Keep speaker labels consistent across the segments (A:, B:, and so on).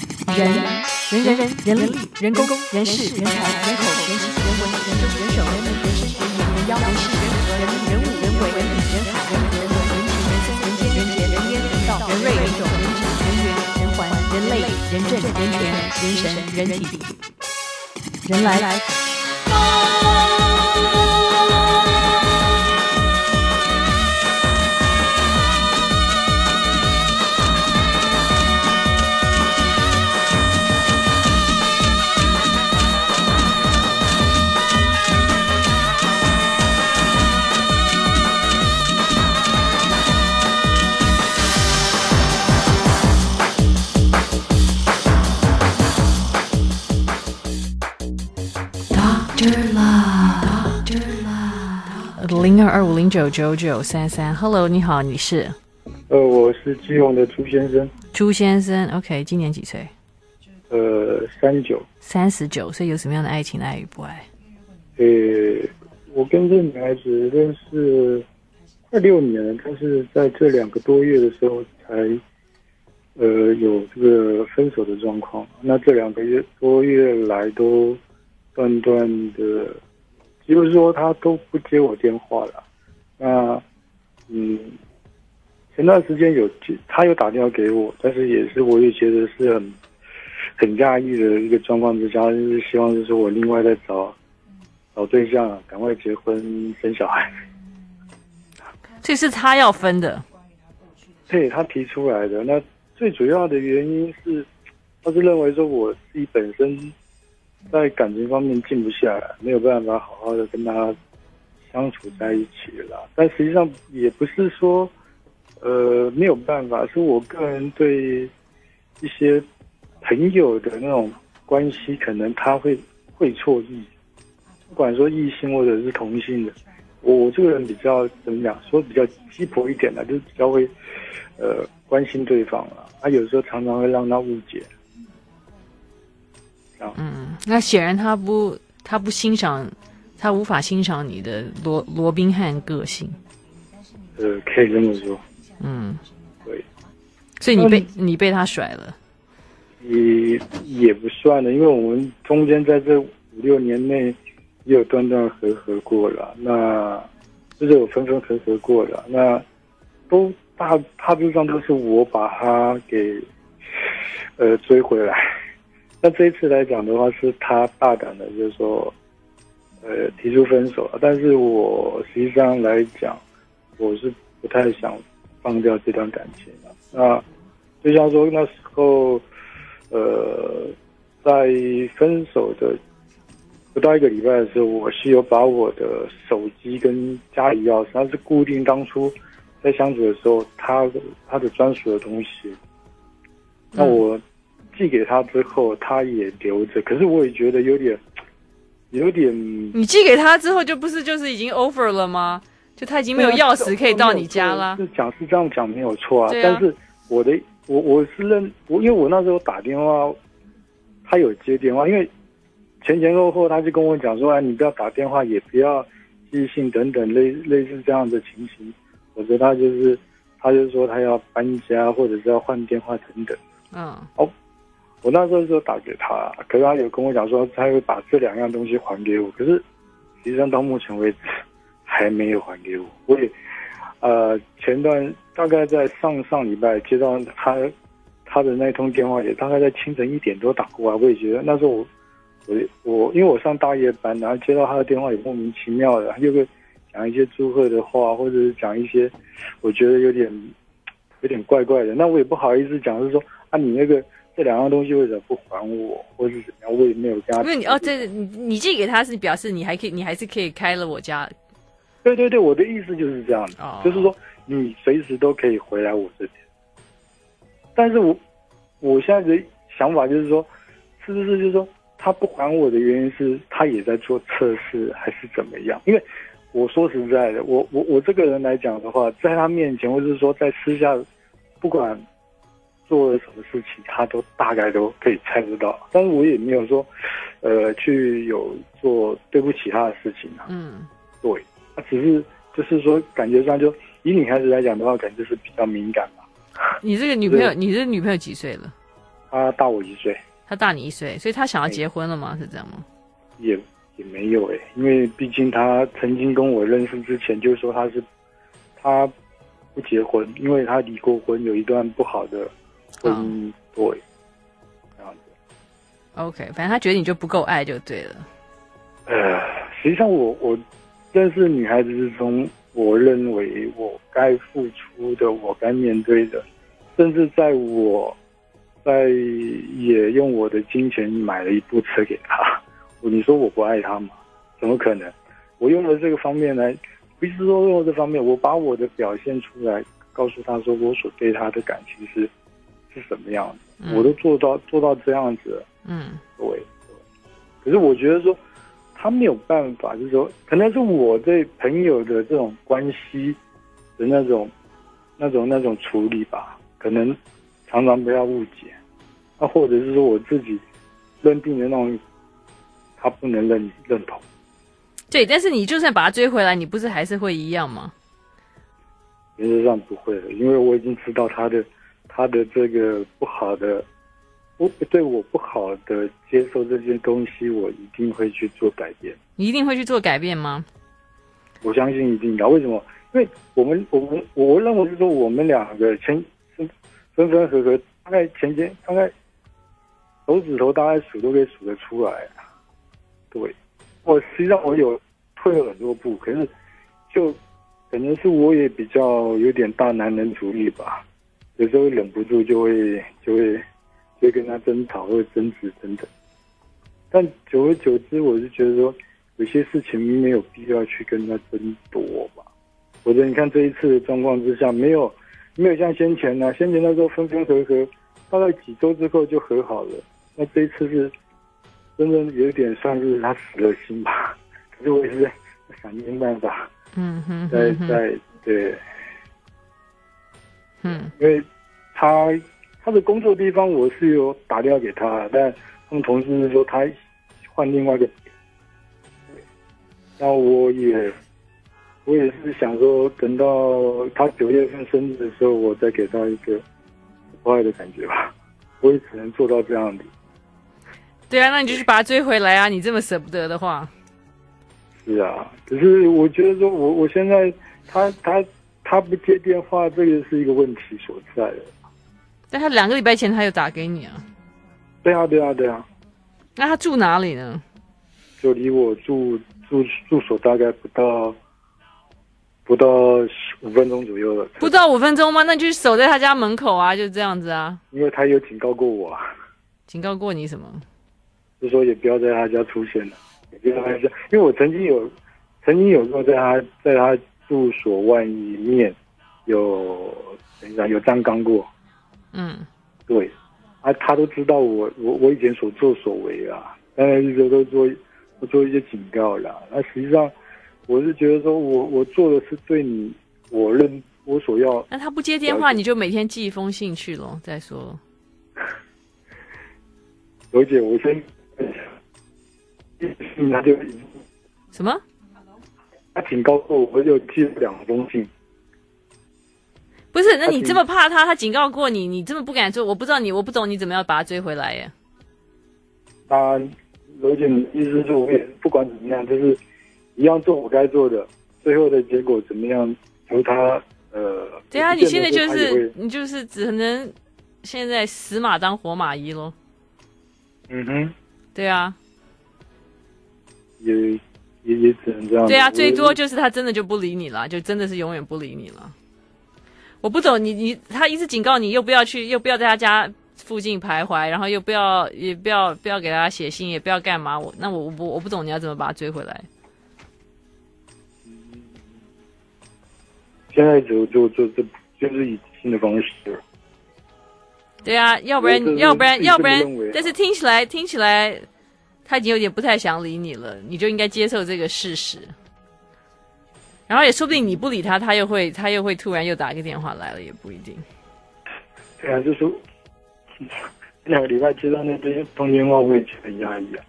A: 人人人人人力人工人事人才人口人情人文人政人手人民人事人民人妖人事人人人物人为人理人海人人文人情人生人间人杰人烟人道人瑞人种人质人缘人环人类人政人权人神人体人来。零二二五零九九九三三，Hello，你好，你是
B: 呃，我是基隆的朱先生，
A: 朱先生，OK，今年几岁？
B: 呃，三九，
A: 三十九岁，有什么样的爱情爱与不爱？
B: 呃，我跟这女孩子认识快六年了，但是在这两个多月的时候才，呃，有这个分手的状况。那这两个月多月来都断断的，就是说她都不接我电话了。那，嗯，前段时间有接她有打电话给我，但是也是我也觉得是很很压抑的一个状况之下，就是希望就是我另外再找找对象，赶快结婚生小孩。
A: 这是他要分的，
B: 对他提出来的。那最主要的原因是，他是认为说我自己本身在感情方面静不下来，没有办法好好的跟他相处在一起了。但实际上也不是说，呃，没有办法，是我个人对一些朋友的那种关系，可能他会会错意，不管说异性或者是同性的。我我这个人比较怎么讲，说比较鸡婆一点的，就是比较会，呃，关心对方了。他、有时候常常会让他误解。
A: 嗯，那显然他不，他不欣赏，他无法欣赏你的罗罗宾汉个性，
B: 呃，可以这么说，
A: 嗯，
B: 对，
A: 所以你被、你被他甩了，
B: 也也不算的，因为我们中间在这五六年内也有断断合合过了，那就是有分分合合过了，那都大大致上都是我把他给呃追回来。 那这一次来讲的话，是他大胆的，就是说，呃，提出分手了。但是我实际上来讲，我是不太想放掉这段感情的。那就像说那时候，呃，在分手的不到一个礼拜的时候，我是有把我的手机跟家里钥匙，它是固定当初在相处的时候他他的专属的东西。那我寄给他之后，他也留着，可是我也觉得有点，有点
A: 你寄给他之后就不是就是已经 over 了吗？就他已经没有钥匙可以到你家啦
B: 是，讲是这样讲没有错啊，
A: 对啊
B: 但是我的我我是认我，因为我那时候打电话，他有接电话，因为前前后后他就跟我讲说，哎，你不要打电话，也不要寄信等等类类似这样的情形，否则他就是他就说他要搬家或者是要换电话等等。
A: 嗯，
B: 我那时候就打给他，可是他有跟我讲说他会把这两样东西还给我，可是实际上到目前为止还没有还给我。我也呃前段大概在上上礼拜接到他他的那通电话，也大概在清晨一点多打过来，我也觉得那时候我我我因为我上大夜班，然后接到他的电话也莫名其妙的，他就会讲一些祝贺的话，或者是讲一些我觉得有点有点怪怪的，那我也不好意思讲，是说啊你那个这两样东西为什么不还我，或是怎么样，我也没有跟他
A: 因为你哦，
B: 提
A: 这你你寄给他是表示你还可以，你还是可以开了我家
B: 对对对，我的意思就是这样的，
A: 哦
B: 就是说你随时都可以回来我这边。但是我我现在的想法就是说，是不是就是说他不还我的原因是他也在做测试，还是怎么样？因为我说实在的，我我我这个人来讲的话，在他面前或者是说在私下，不管做了什么事情，他都大概都可以猜得到。但是我也没有说，呃，去有做对不起他的事情啊。
A: 嗯
B: 对，他只是就是说，感觉上就以女孩子来讲的话，可能就是比较敏感吧。，
A: 你这个女朋友，
B: 对
A: 你这个女朋友几岁了？
B: 她他大我一岁，
A: 他大你一岁，所以他想要
B: 对
A: 结婚了吗？是这样吗？
B: 也也没有哎，因为毕竟他曾经跟我认识之前就说他是他不结婚，因为他离过婚，有一段不好的婚姻，对，这样子。
A: 哦 OK，反正他觉得你就不够爱就对了。
B: 呃，实际上我我认识女孩子之中，我认为我该付出的，我该面对的，甚至在我在也用我的金钱买了一部车给她， 我你说我不爱她吗？怎么可能？我用了这个方面来，不是说用了这方面，我把我的表现出来，告诉她说我所对她的感情是是什么样的，
A: 嗯
B: 我都做到做到这样子了。
A: 嗯
B: 对，对可是我觉得说他没有办法，就是说，可能是我对朋友的这种关系的那种、那种、那种处理吧，可能常常被他误解，那或者是说我自己认定的那种，他不能认认同。
A: 对，但是你就算把他追回来，你不是还是会一样吗？
B: 原则上不会的，因为我已经知道他的他的这个不好的，不对我不好的接受这些东西，我一定会去做改变。
A: 你一定会去做改变吗？
B: 我相信一定的。为什么？因为我们我们我认为是说我们两个前分分分合合，大概前前大概手指头大概数都可以数得出来。对，我实际上我有退了很多步，可是就可能是我也比较有点大男人主义吧，有时候忍不住就会就会就会跟他争吵或者争执等等。但久而久之，我是觉得说，有些事情没有必要去跟他争夺吧。或者你看这一次的状况之下，没有没有像先前呢、先前那时候分分合合，大概几周之后就和好了。那这一次是真的有点算是他死了心吧。可是我也是想尽办法，
A: 嗯哼
B: 在
A: 哼哼
B: 在对，
A: 嗯
B: 因为他他的工作地方我是有打电话给他，但他们同事是说他换另外一个。那我也我也是想说，等到他九月份生日的时候，我再给他一个不爱的感觉吧。我也只能做到这样子。
A: 对啊，那你就去把他追回来啊！你这么舍不得的话，
B: 是啊，只是我觉得说我我现在他他他不接电话，这个是一个问题所在的。
A: 但他两个礼拜前他有打给你啊，
B: 对啊，对啊，对啊。
A: 那他住哪里呢？
B: 就离我住住住所大概不到不到五分钟左右了，
A: 不到五分钟吗？那你就守在他家门口啊，就这样子啊。
B: 因为他有警告过我啊，
A: 警告过你什么？
B: 就说也不要在他家出现了，也不要在他家，因为我曾经有曾经有过在他在他住所外面有怎么讲有站岗过，
A: 嗯，
B: 对，啊，他都知道我我我以前所作所为啊，当然一直都做都做一些警告啦。那实际上，我是觉得说我我做的是对你，我认我所要，
A: 那他不接电话，
B: 了解
A: 你就每天寄一封信去咯。再说咯，
B: 而且我先，信他就
A: 什么？
B: 他警告过我，我就寄了两封信。
A: 不是，那
B: 他
A: 你
B: 警
A: 这么怕他，他警告过你，你这么不敢做，我不知道你，我不懂你怎么样把他追回来耶？
B: 那罗姐，你意思是我也不管怎么样，就是一样做我该做的，最后的结果怎么样，由他呃。
A: 对啊，
B: 不
A: 你
B: 见
A: 现
B: 得
A: 在就
B: 说他也
A: 是
B: 会
A: 你就是只能现在死马当活马医咯。
B: 嗯哼。
A: 对啊，
B: 也也也只能这样。
A: 对啊，
B: 嗯我
A: 最多就是他真的就不理你了，就真的是永远不理你了。我不懂你你他一直警告你，又不要去，又不要在他家附近徘徊，然后又不要也不要不要给他写信，也不要干嘛。我那我我不我不懂你要怎么把他追回来。
B: 现在就就就就就是以新的方式，
A: 对啊，要不
B: 我这
A: 然要不
B: 自
A: 然
B: 己
A: 要不
B: 这么
A: 然
B: 认为啊，
A: 但是听起来听起来他已经有点不太想理你了，你就应该接受这个事实。然后也说不定你不理他，他又会他又会突然又打一个电话来了，也不一定。
B: 对啊，就是两个礼拜接到那堆通电话，我也觉得很压抑啊。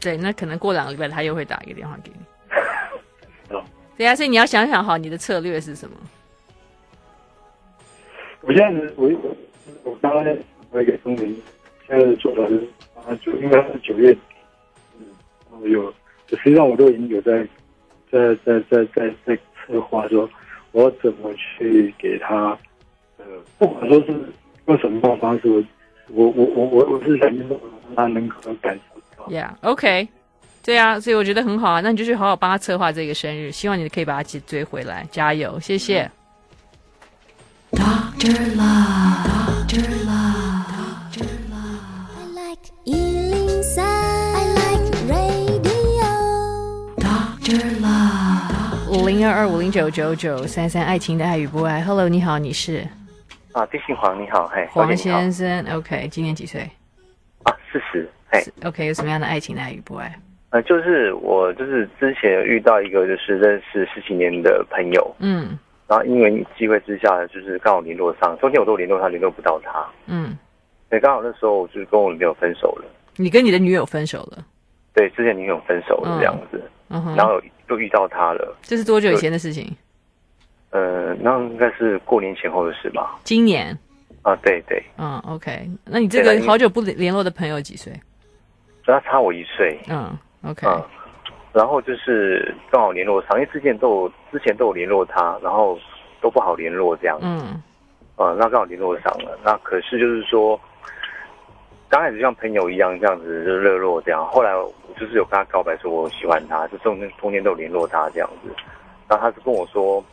A: 对，那可能过两个礼拜他又会打一个电话给你。
B: 哦
A: 对啊，所以你要想想好你的策略是什么。
B: 我现在我我我刚刚我外一个东林，现在的做法是帮他做，因为他是九月，嗯，我有，实际上我都已经有在，在在在在在策划说，我要怎么去给他，呃，不管说是用什么样的方式，我我我我我我是想用让他能够感受到，
A: Yeah，OK，、对啊，所以我觉得很好啊。那你就去好好帮他策划这个生日，希望你可以把他追追回来，加油，谢谢。
C: Doctor Love, Doctor Love, Doctor Love.
D: I like Ealing Sound. I like radio.
C: Doctor Love.
A: 五零二二五零九九九三三，爱情的爱与不爱。Hello，你好，你是
E: 啊，地信黄你好，嘿，小姐
A: 黄
E: 你好
A: 先生。OK，今年几岁
E: 啊，四十，嘿，
A: ？OK，有什么样的爱情的爱与不爱？
E: 呃，就是我就是之前有遇到一个就是认识十几年的朋友，
A: 嗯
E: 然后因为机会之下就是刚好联络上，中间我都联络他，联络不到他，
A: 嗯，
E: 对，刚好那时候我就是跟我女朋友分手了，
A: 你跟你的女友分手了？
E: 对，之前女友分手
A: 嗯
E: 了这样子，
A: 嗯
E: 然
A: 哼，
E: 后又遇到他了，
A: 这是多久以前的事情？
E: 呃，那应该是过年前后的事吧？
A: 今年。
E: 啊，对对，
A: 嗯，OK，那你这
E: 对了
A: 个
E: 因为
A: 好久不联络的朋友几岁？
E: 所以他差我一岁，
A: 嗯，OK，
E: 啊，然后就是刚好联络上，因为之前都有之前都有联络他，然后都不好联络这样子。
A: 嗯
E: 呃，那刚好联络上了。那可是就是说，刚开始就像朋友一样这样子就热络这样。后来我就是有跟他告白说我喜欢他，就中间中间都有联络他这样子。然后他就跟我说，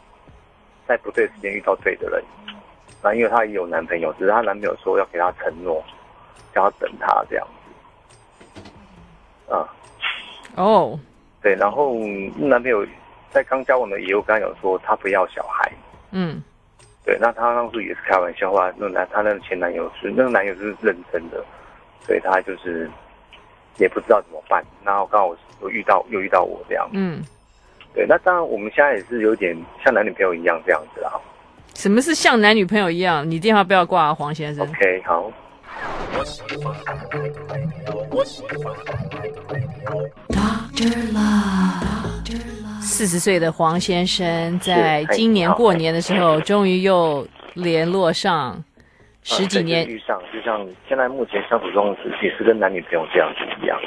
E: 在不对的时间遇到对的人。那因为她也有男朋友，只是她男朋友说要给她承诺，叫她等他这样子。啊，
A: 哦，
E: 对。然后嗯男朋友在刚交往的也有跟她讲说他不要小孩。
A: 嗯
E: 对，那她当初也是开玩笑话，那男她那个前男友是那个男友是认真的，所以她就是也不知道怎么办。然后刚好我遇到又遇到我这样，
A: 嗯，
E: 对，那当然我们现在也是有点像男女朋友一样这样子啦。
A: 什么是像男女朋友一样？你电话不要挂、啊，黄先生。
E: OK，好，
C: Doctor Love. Doctor Love.
A: 四十岁的黄先生，在
E: 嗨
A: 今年
E: 你好啊
A: 过年的时候，终于又联络上十几
E: 呃对
A: 年
E: 就是遇上，就像现在目前相处中也是跟男女朋友这样子一样。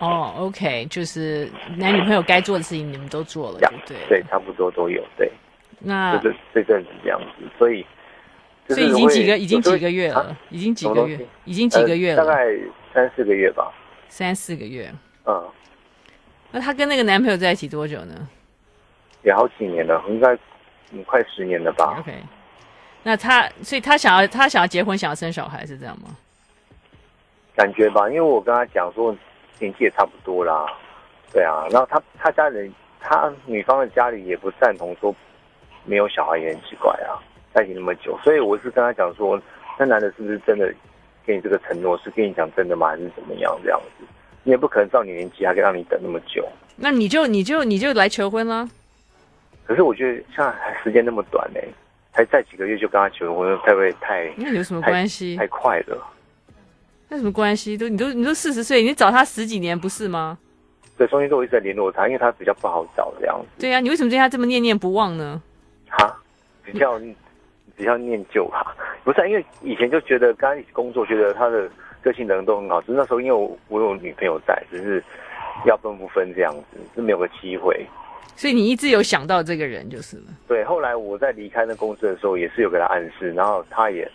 A: 哦，OK，就是男女朋友该做的事情你们都做了，
E: 呀
A: 就对了。
E: 对，差不多都有，对，
A: 那
E: 就是这阵子这样子，所以就
A: 啊所
E: 是
A: 以已经几个
E: 会
A: 已经
E: 有时候
A: 几个月
E: 啊
A: 了，已经几
E: 什么
A: 个
E: 东
A: 月
E: 西，
A: 已经几个月
E: 呃大
A: 了，
E: 概三四个月吧，
A: 三四个月。
E: 嗯。
A: 那她跟那个男朋友在一起多久呢
E: 也好几年了，应该嗯快十年了吧？
A: ？OK，那她所以她想要她想要结婚，想要生小孩是这样吗？
E: 感觉吧，因为我跟他讲说年纪也差不多啦，对啊，然后他他家人，他女方的家里也不赞同说没有小孩也很奇怪啊，在一起那么久，所以我是跟他讲说，那男的是不是真的给你这个承诺，是跟你讲真的吗，还是怎么样这样子？你也不可能照你年纪还可以让你等那么久，
A: 那你就你就你就来求婚啦。
E: 可是我觉得像还时间那么短呢、才再几个月就跟他求婚，会不会太
A: 那有什么
E: 太
A: 关系？
E: 太快了？
A: 那有什么关系？都你都你都四十岁，你找他十几年不是吗？
E: 对，中间都一直在联络他，因为他比较不好找这样子。
A: 对呀、你为什么对他这么念念不忘呢？
E: 哈，比较比较念旧哈，不是啊、因为以前就觉得跟他一起工作，觉得他的个性人都很好，只是那时候因为我我有女朋友在，只是要分不分这样子，是没有个机会。
A: 所以你一直有想到这个人就是了。
E: 对，后来我在离开那公司的时候，也是有给他暗示，然后他也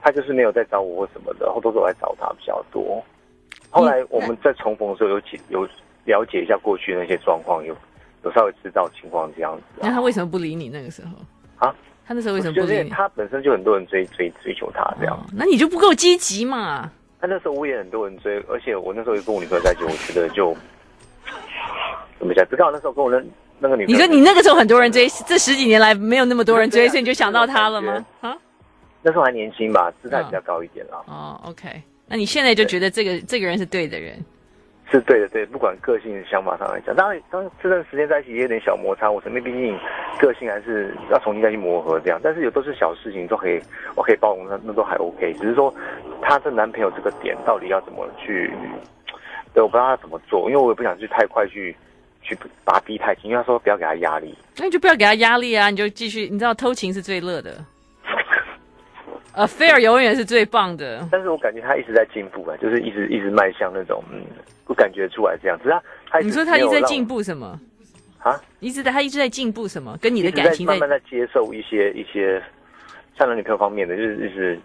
E: 他就是没有再找我或什么的，后都是我来找他比较多。后来我们在重逢的时候有解有了解一下过去那些状况，有有稍微知道情况这样子、啊。
A: 那他为什么不理你那个时候？
E: 啊，
A: 他那时候为什么
E: 就
A: 不
E: 是因
A: 理
E: 为
A: 你？
E: 他本身就很多人追追追求他这样
A: 哦，那你就不够积极嘛。
E: 但那时候我也很多人追，而且我那时候也跟我女朋友在一起，我觉得就嗯怎么讲？只刚好那时候跟我那那个女朋
A: 你说
E: 友，
A: 你那个时候很多人追，这十几年来没有那么多人追，
E: 对啊
A: 所以你就想到他了吗？啊？
E: 那时候还年轻吧，姿态比
A: 嗯
E: 较高一点啦，
A: 哦，OK，那你现在就觉得这个这个人是对的人。
E: 是对的，对，不管个性想法上来讲，当然当这段时间在一起也有点小摩擦，我身边毕竟个性还是要重新再去磨合这样，但是有都是小事情都可以，我可以包容，那那都还 OK，只是说她的男朋友这个点到底要怎么去对，我不知道他怎么做，因为我也不想去太快去去把他逼太紧，因为他说不要给他压力。
A: 那你就不要给他压力啊，你就继续，你知道偷情是最乐的。 affair 永远是最棒的。
E: 但是我感觉他一直在进步啊，就是一直一直迈向那种，嗯，我感觉出来这样子。只是他他
A: 你说他一直在进
E: 步
A: 步什么？
E: 啊，
A: 一直在他一直在进步什么？跟你
E: 一
A: 的
E: 直
A: 感情
E: 在
A: 在
E: 慢慢在接受一些一些像男女朋友方面的，就是就是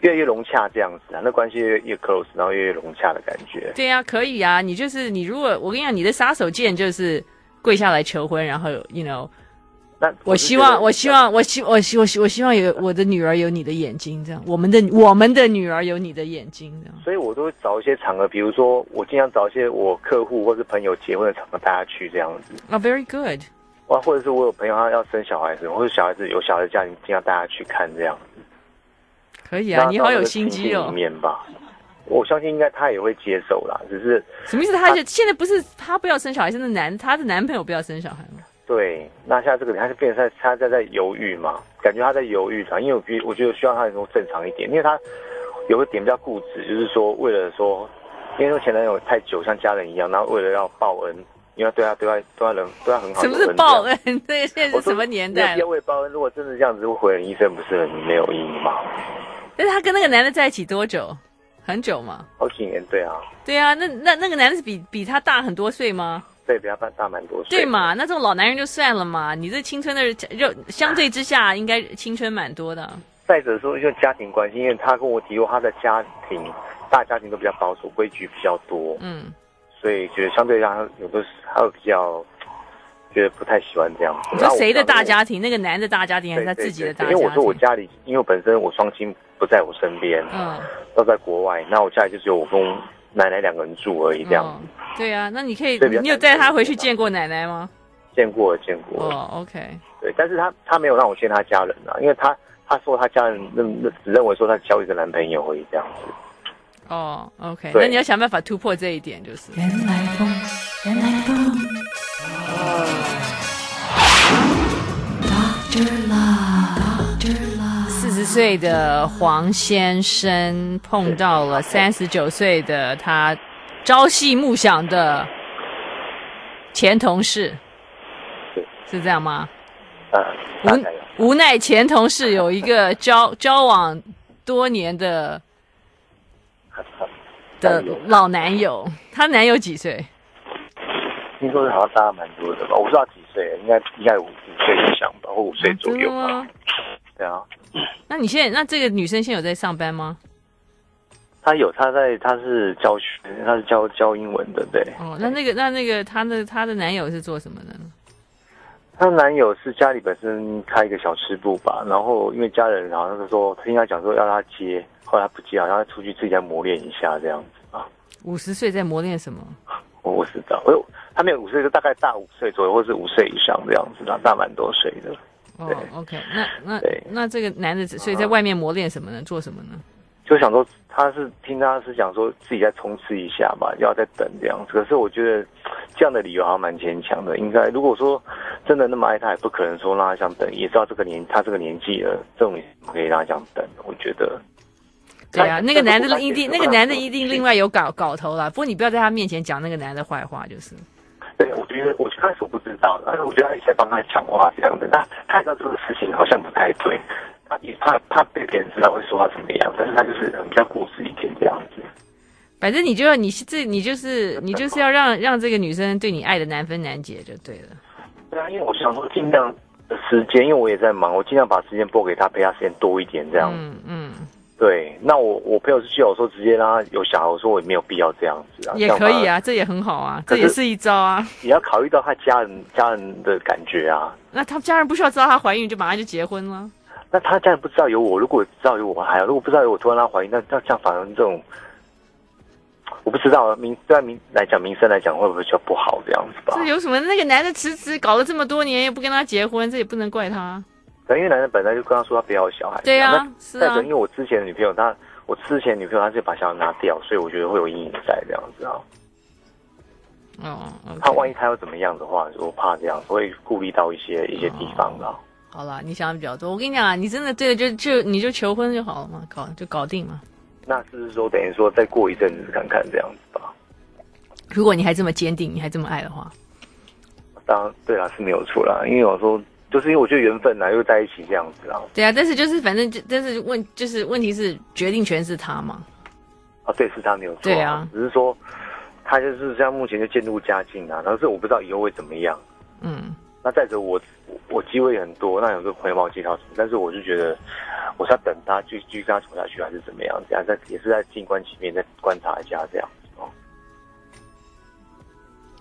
E: 越来越融洽这样子啊，那关系越越 close，然后越来越融洽的感觉。
A: 对呀、可以啊。你就是你，如果我跟你讲，你的杀手锏就是跪下来求婚，然后 you know，
E: 那
A: 我
E: 是啊
A: 希
E: 觉得
A: 望，我希望，我希，我希，我希，我希望有我的女儿有你的眼睛，这样，我们的我们的女儿有你的眼睛，这样。
E: 所以我都会找一些场合，比如说我尽量找一些我客户或是朋友结婚的场合，大家去这样子。
A: 啊、v e r y good。
E: 哇，或者是我有朋友他要生小孩子，或者小孩子有小孩子家庭，尽量大家去看这样。
A: 可以啊，
E: 那
A: 你
E: 到
A: 好
E: 那
A: 有
E: 个
A: 心
E: 情
A: 机
E: 境
A: 哦
E: 里。面吧，我相信应该他也会接受啦，只是
A: 什么意思？他
E: 啊
A: 就现在不是他不要生小孩，是那男他的男朋友不要生小孩吗？
E: 对，那现在这个他是变成在他在在犹豫嘛，感觉他在犹豫啦，因为我觉得我觉得希望他能够正常一点，因为他有个点比较固执，就是说为了说，因为说前男友太久像家人一样，然后为了要报恩，因为他对他对他啊对他人对他很好，
A: 什么是
E: 啊有恩
A: 报
E: 这样？
A: 恩？ 对，现在
E: 我
A: 是
E: 说
A: 什么年
E: 没有
A: 代
E: 必要
A: 了？
E: 为报恩，如果真的这样子，毁人一生不是很没有意义吗？
A: 但是他跟那个男的在一起多久？很久嘛。
E: 好几年，对啊，
A: 对啊，那那那个男的是比比他大很多岁吗？
E: 对比他大大蛮多岁，
A: 对？嘛？那这种老男人就算了嘛。你这青春的肉，相对之下应该青春蛮多的。
E: 再者说，就家庭关系，因为他跟我提过，他的家庭大家庭都比较保守，规矩比较多，
A: 嗯，
E: 所以觉得相对上有的时候他会比较觉得不太喜欢这样子。
A: 你
E: 那
A: 说
E: 我
A: 谁的大
E: 我
A: 家庭？那个男的大家庭还
E: 对
A: 是他
E: 对
A: 自己的
E: 对
A: 大家
E: 对
A: 庭？
E: 因为我说我家里，因为我本身我双亲不在我身边，
A: 嗯
E: 都在国外，那我家里就只有我跟奶奶两个人住而已，这样、
A: 嗯，对啊，那你可以
E: 对比，较
A: 你有
E: 单纯
A: 带他
E: 一
A: 回去
E: 点吧
A: 见过奶奶吗？
E: 见过见过。
A: 哦，OK，
E: 对，但是他他没有让我见他家人啊，因为他他说他家人认认只认为说他交一个男朋友而已这样子。
A: 哦，OK，
E: 对
A: 那你要想办法突破这一点，就是
C: 原来风，原来风。Doctor Love，Doctor Love。
A: 四十岁的黄先生碰到了三十九岁的他朝夕暮想的前同事
E: 对，
A: 是这样吗？
E: 嗯，大概有
A: 无无奈前同事有一个交交往多年的的老男友，她男友几岁？
E: 听说好像大蛮多的吧，我不知道几岁，应该应该有五五岁以上吧，或五岁左右
A: 啊真的
E: 吧。
A: 吗？
E: 对啊，
A: 那你现在那这个女生现在有在上班吗？
E: 他有他在他是教学，他是教教英文的，对。
A: 哦，那那个那那个她的她的男友是做什么的呢？
E: 她男友是家里本身开一个小吃部吧，然后因为家人好像是说听他讲说要他接，后来他不接，然后他出去自己再磨练一下这样子啊。
A: 五十岁在磨练什么？
E: 我我知道，我有他没有五岁，就大概大五岁左右，或是五岁以上这样子啦，大蛮多岁的。
A: 哦
E: 对
A: ，OK，那那
E: 对啊
A: 那这个男的，所以在外面磨练什么呢？做什么呢？
E: 就想说他是听他是想说自己再冲刺一下吧，要再等这样子。可是我觉得这样的理由好像蛮牵强的。应该如果说真的那么爱他，也不可能说让他想等，也知道这个年他这个年纪了，这种也不可以让他想等。我觉得
A: 对啊，
E: 哎
A: 那个男
E: 这
A: 的
E: 个
A: 一定，
E: 不
A: 那
E: 敢
A: 个男的一
E: 这
A: 定
E: 个
A: 另外有搞搞头啦。不过你不要在他面前讲那个男的坏话，就是。
E: 对，我觉得我开始我不知道，但是我觉得他一直在帮他讲话这样子，那他知道这个事情好像不太对，他也怕怕被别人知道会说他怎么样，但是他就是比较固执一点这样子。
A: 反正你就要你是这你 就是你就是要让让这个女生对你爱的难分难解就对了。
E: 对啊，因为我想说尽量时间，因为我也在忙，我尽量把时间拨给他，陪他时间多一点这样。
A: 嗯嗯，
E: 对，那我我朋友是叫我说直接让他有小孩，我说我也没有必要这样子啊，
A: 也可以
E: 这样
A: 啊，这也很好啊，
E: 可
A: 这
E: 是
A: 也是一招啊。
E: 吧，也要考虑到他家人家人的感觉啊。
A: 那他家人不需要知道她怀孕就马上就结婚了。
E: 那他家人不知道有我，如果知道有我还好，如果不知道有我，突然让他怀孕，那那这样反而这种，我不知道啊民对民来讲，民生来讲会不会就不好这样子吧
A: 这？有什么？那个男的辞职搞了这么多年，也不跟他结婚，这也不能怪他。
E: 可能因为男人本来就跟他说他不要有小孩，
A: 对啊
E: 那，
A: 是
E: 再
A: 啊
E: 者，因。为我之前的女朋友她，我之前的女朋友她是把小孩拿掉，所以我觉得会有阴影在这样子啊。
A: 哦，OK，
E: 她万一她要怎么样的话，我怕这样，所以顾虑到一些一些地方啊。
A: 好了，你想的比较多。我跟你讲啊，你真的对，就就你就求婚就好了嘛，搞就搞定了。
E: 那是不是说等于说再过一阵子看看这样子吧？
A: 如果你还这么坚定，你还这么爱的话，
E: 当然，对啦是没有错啦，因为有时候就是因为我觉得缘分啊，又在一起这样子啊。
A: 对啊，但是就是反正就但是问就是问题是决定权是他嘛，
E: 啊，对，是他没有错、
A: 对啊
E: 只是说他就是像目前就渐入佳境啊，但是我不知道以后会怎么样。
A: 嗯，
E: 那再者我，我机会也很多，那有个回毛机到什么，但是我就觉得我是要等他继继续跟他走下去，还是怎么样？这样在也是在静观其变，再观察一下这样子哦。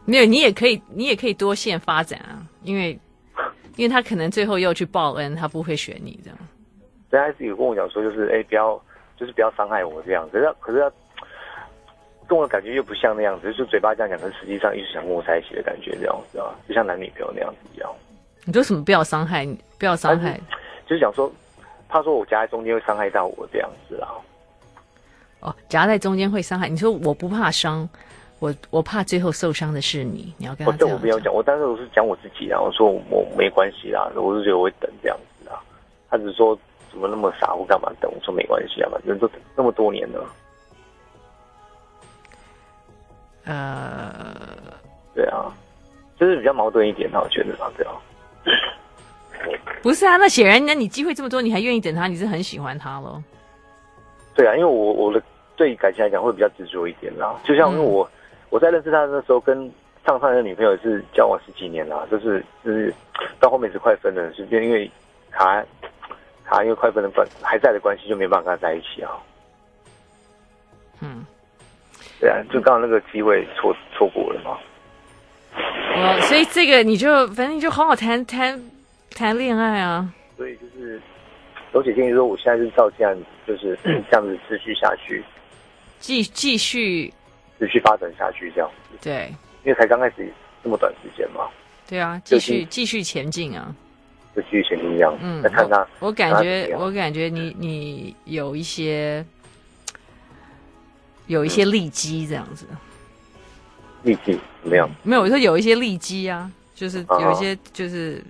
A: 没有，你也可以你也可以多线发展啊，因为因为他可能最后又去报恩，他不会选你这样。
E: 但他自己有跟我讲说，就是哎，不要，就是不要伤害我这样。可是他可是他跟我的感觉又不像那样子，就是嘴巴这样讲，可是实际上一直想跟我在一起的感觉这样子啊，就像男女朋友那样子一样。
A: 你说什么不要伤害，哎你不要伤害
E: 就是想说，怕说我夹在中间会伤害到我这样子啊。
A: 哦，夹在中间会伤害。你说我不怕伤，我我怕最后受伤的是你。你要跟
E: 我
A: 他哦这
E: 哦这我
A: 样
E: 没有
A: 讲
E: 讲，我当时我是讲我自己啊，我说我我没关系啦，我是觉得我会等这样子啊。他只说怎么那么傻或干嘛等，我说没关系啊，反正都等那么多年了，
A: 呃，
E: 对啊，就是比较矛盾一点啊，我觉得啊，对啊，
A: 不是啊，那显然，那你机会这么多，你还愿意等他，你是很喜欢他喽。
E: 对啊，因为我我的对感情来讲会比较执着一点啦，就
A: 嗯
E: 像因为我、我在认识他的时候跟。上上一个女朋友是交往十几年啦，就是就是到后面是快分了，是因为卡卡因为快分的关还在的关系就没办法跟他在一起啊。
A: 嗯，
E: 对啊，就刚好那个机会错错过了嘛。
A: 我哦所以这个你就反正你就好好谈谈谈恋爱啊。
E: 所以就是，柔姐建议说，我现在是照这样，就是这样子持续下去，
A: 继继续
E: 持续发展下去这样，
A: 对
E: 因为才刚开始这么短时间嘛，
A: 对啊，继
E: 就
A: 续
E: 是
A: 继续前进啊。
E: 就继续前进这样，
A: 嗯
E: 再看他。
A: 我感
E: 怎么
A: 觉，
E: 样
A: 我感觉你你有一些有一些利基这样子，
E: 力气怎么样？
A: 没有我说有一些利基啊，就是
E: 哦
A: 有一些就是，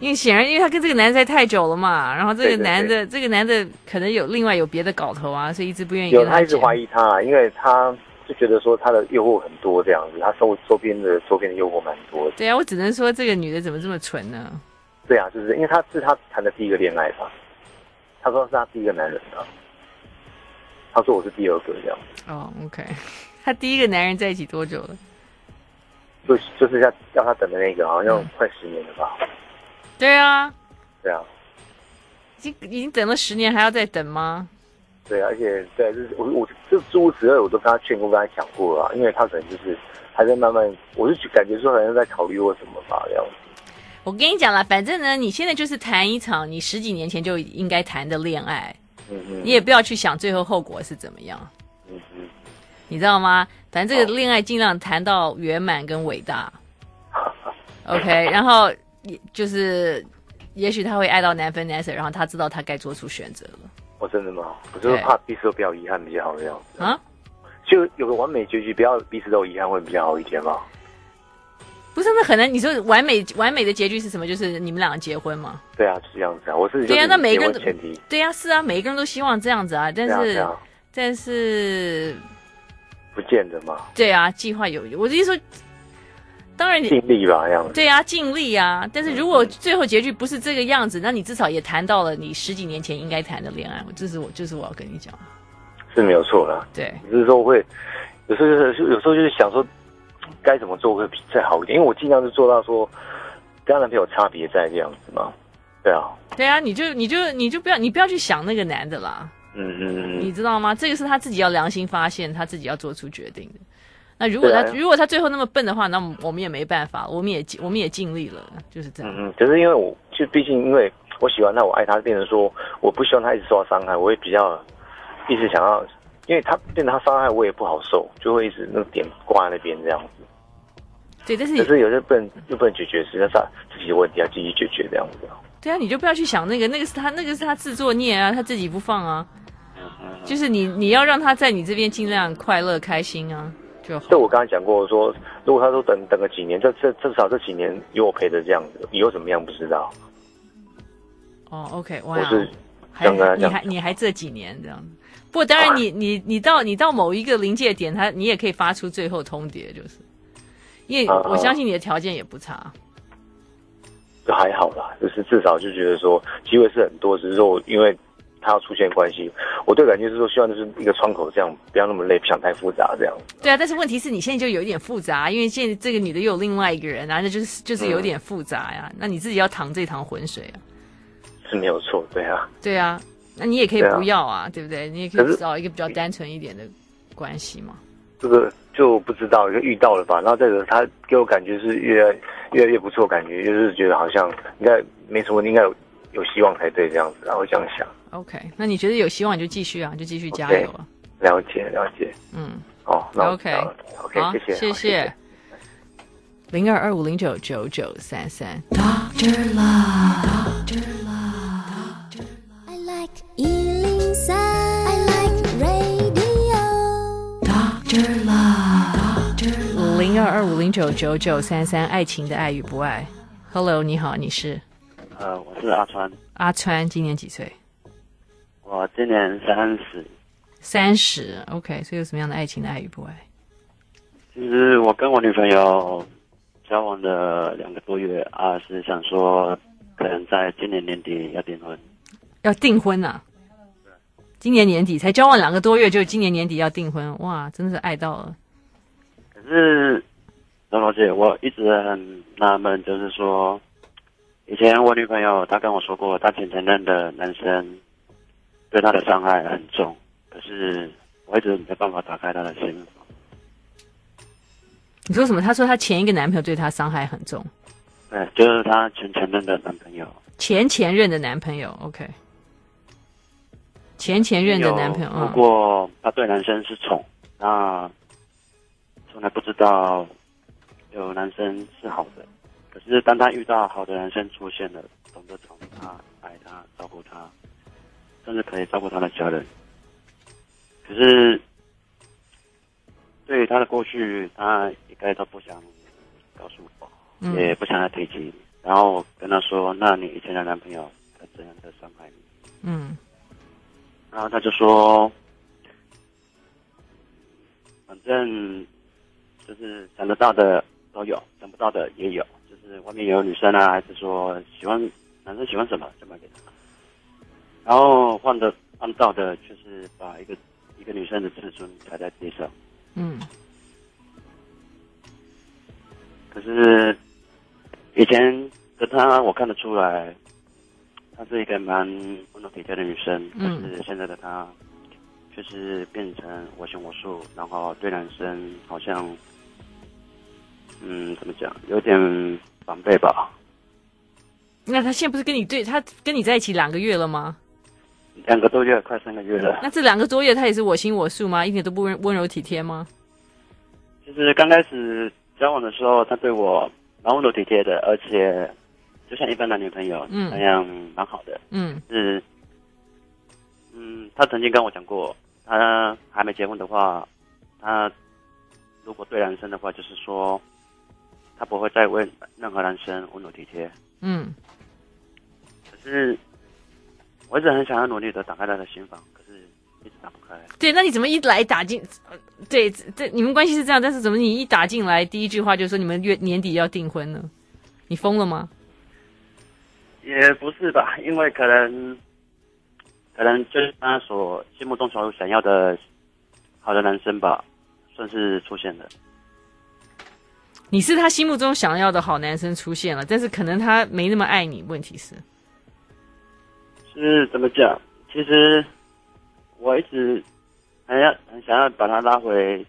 A: 因为显然因为他跟这个男的在太久了嘛，然后这个
E: 对对对
A: 男的这个男的可能有另外有别的搞头啊，所以一直不愿意
E: 有
A: 跟
E: 他一直
A: 讲。
E: 怀疑他，因为他就觉得说他的诱惑很多这样子，他周周边的周边的诱惑蛮多的。
A: 对啊，我只能说这个女的怎么这么蠢呢？
E: 对啊，就是因为他是他谈的第一个恋爱吧，他说是他第一个男人啊，他说我是第二个这样。
A: 哦，OK、o k 她第一个男人在一起多久了？
E: 就就是要要他等的那个，好
A: 嗯
E: 像快十年了吧？
A: 对啊，
E: 对啊，
A: 已经已经等了十年，还要再等吗？
E: 对啊，而且对、啊，就是我我这诸如此类，我都跟他劝过，跟他讲过了啊，因为他可能就是还在慢慢，我就感觉说好像在考虑我什么吧，这样子。
A: 我跟你讲啦，反正呢，你现在就是谈一场你十几年前就应该谈的恋爱，
E: 嗯嗯，
A: 你也不要去想最后后果是怎么样，
E: 嗯嗯，
A: 你知道吗？反正这个
E: 哦
A: 恋爱尽量谈到圆满跟伟 大，OK，然后也就是。也许他会爱到难分难舍，然后他知道他该做出选择了
E: 我、哦真的吗？我就是怕彼此都不要遗憾比较好这样子，
A: 啊！
E: 就有个完美结局，不要彼此都有遗憾会比较好一点嘛。
A: 不是，那很难。你说完美完美的结局是什么？就是你们两个结婚嘛？
E: 对啊，是这样子啊，我是
A: 对啊
E: 就是
A: 那每个人
E: 结婚前提，
A: 对呀、是啊，每一个人都希望这样子啊。但
E: 对啊
A: 是，
E: 对啊，
A: 但是，
E: 不见得嘛，
A: 对啊，计划有。我的意思说，当然你
E: 尽力吧，这样子。
A: 对呀、尽力啊。但是如果最后结局不是这个样子，那你至少也谈到了你十几年前应该谈的恋爱。我这是我，这是我要跟你讲的。
E: 是没有错啦。
A: 对，
E: 只是说我会有时候就是有时候就是想说该怎么做会比再好一点，因为我尽量是做到说跟她男朋友差别在这样子嘛。对啊，
A: 对啊，你就你就你就不要你不要去想那个男的啦，
E: 嗯嗯
A: 你
E: 嗯，
A: 知道吗？这个是他自己要良心发现，他自己要做出决定的。那如果
E: 对
A: 他、
E: 啊
A: 如果他最后那么笨的话，那我们也没办法，我们也尽我们也尽力了，就是这样。
E: 嗯嗯，可是因为我就毕竟因为我喜欢他，我爱他，变成说我不希望他一直受到伤害，我也比较一直想要，因为他变成他伤害我也不好受，就会一直那个点挂在那边这样子。
A: 对，但是你
E: 可是有些不能又不能解决，实际上是他自己的问题要自己解决这样子啊。
A: 对啊，你就不要去想那个，那个是他，那个是他自作孽啊，他自己不放啊。
E: 嗯
A: 就是你，你要让他在你这边尽量快乐开心啊，就好
E: 这。我刚才讲过，我说如果他说等等个几年，这这至少这几年有我陪着这样子，以后怎么样不知道。
A: 哦，OK，哇
E: 我，是
A: 还
E: 想跟他
A: 你
E: 讲
A: 还你还这几年这样子。不过当然你，你你到你到某一个临界点，他你也可以发出最后通牒，就是因为
E: 啊
A: 我相信你的条件也不差。
E: 就还好啦，就是至少就觉得说机会是很多，只是说我因为他要出现关系，我对感情是说希望就是一个窗口这样，不要那么累，不想太复杂这样。
A: 对啊，但是问题是你现在就有一点复杂，因为现在这个女的又有另外一个人啊，那就是就是
E: 嗯
A: 有点复杂呀、那你自己要淌这趟浑水啊。
E: 是没有错，对啊，
A: 对啊，那你也可以
E: 对啊
A: 不要啊，对不对？你也可
E: 可
A: 以
E: 是
A: 找一个比较单纯一点的关系嘛。
E: 这个就不知道就遇到了吧。然后再者，他给我感觉是越来越来越不错，感觉就是觉得好像应该没什么问题，应该有有希望才对这样子，然后这样想，
A: OK，那你觉得有希望你就继续啊，你就继续加
E: OK
A: 油啊。
E: 了解了解。
A: 嗯，
E: 哦，那
A: OK
E: OK，
A: 好，
E: 谢
A: 谢
E: 谢，好谢谢。
A: 零二二五零九九九三三。
D: I like Ealing Sound. I like radio.
A: 零二二五零九九九三三，爱情的爱与不爱。Hello，你好，你是
F: 呃，我是阿川，
A: 阿川，今年几岁？
F: 我今年三十。
A: 三十。OK，所以有什么样的爱情的爱与不爱？
F: 其实我跟我女朋友呃交往了两个多月啊，是想说可能在今年年底要订婚。
A: 要订婚呐、啊？今年年底才交往两个多月，就今年年底要订婚，哇，真的是爱到了。
F: 可是，张老姐，我一直很纳闷，就是说，以前我女朋友她跟我说过，她前前任的男生对她的伤害很重，可是我一直没办法打开她的心房。
A: 你说什么？她说她前一个男朋友对她伤害很重，
F: 对，就是她前前任的男朋友。
A: 前前任的男朋友。OK，前前任的男朋友。
F: 有
A: 嗯
F: 不过他对男生是宠，那从来不知道有男生是好的。可是当他遇到好的男生出现了，懂得宠他、爱他、照顾他，甚至可以照顾他的家人。可是对于他的过去，他一概都不想告诉我，
A: 嗯
F: 也不想再提及。然后我跟他说：“那你以前的男朋友他怎样的伤害你？”
A: 嗯
F: 然后他就说，反正就是想得到的都有，想不到的也有，就是外面有女生啊，还是说喜欢男生喜欢什么就买给他。然后换的换到的就是把一个一个女生的自尊踩在地上。
A: 嗯
F: 可是以前的她，我看得出来，她是一个蛮温柔体贴的女生。
A: 嗯
F: 但是现在的她，就是变成我行我素，然后对男生好像，嗯，怎么讲，有点防备吧？
A: 那他现在不是跟你对他跟你在一起两个月了吗？
F: 两个多月，快三个月了。
A: 那这两个多月他也是我行我素吗？一点都不温温柔体贴吗？
F: 就是刚开始交往的时候，她对我蛮温柔体贴的，而且就像一般男女朋友
A: 嗯
F: 那样，蛮好的。
A: 嗯
F: 是，嗯，他曾经跟我讲过，他还没结婚的话，他如果对男生的话，就是说，他不会再为任何男生温柔体贴。
A: 嗯
F: 可是，我一直很想要努力的打开他的心房，可是一直打不开。
A: 对，那你怎么一来打进？呃对，这这你们关系是这样，但是怎么你一打进来，第一句话就说你们月年底要订婚呢？你疯了吗？
F: 也不是吧，因为可能，可能就是他所心目中所想要的好的男生吧，算是出现了。
A: 你是他心目中想要的好男生出现了，但是可能他没那么爱你。问题是，
F: 是怎么讲？其实我一直很要很想要把他拉回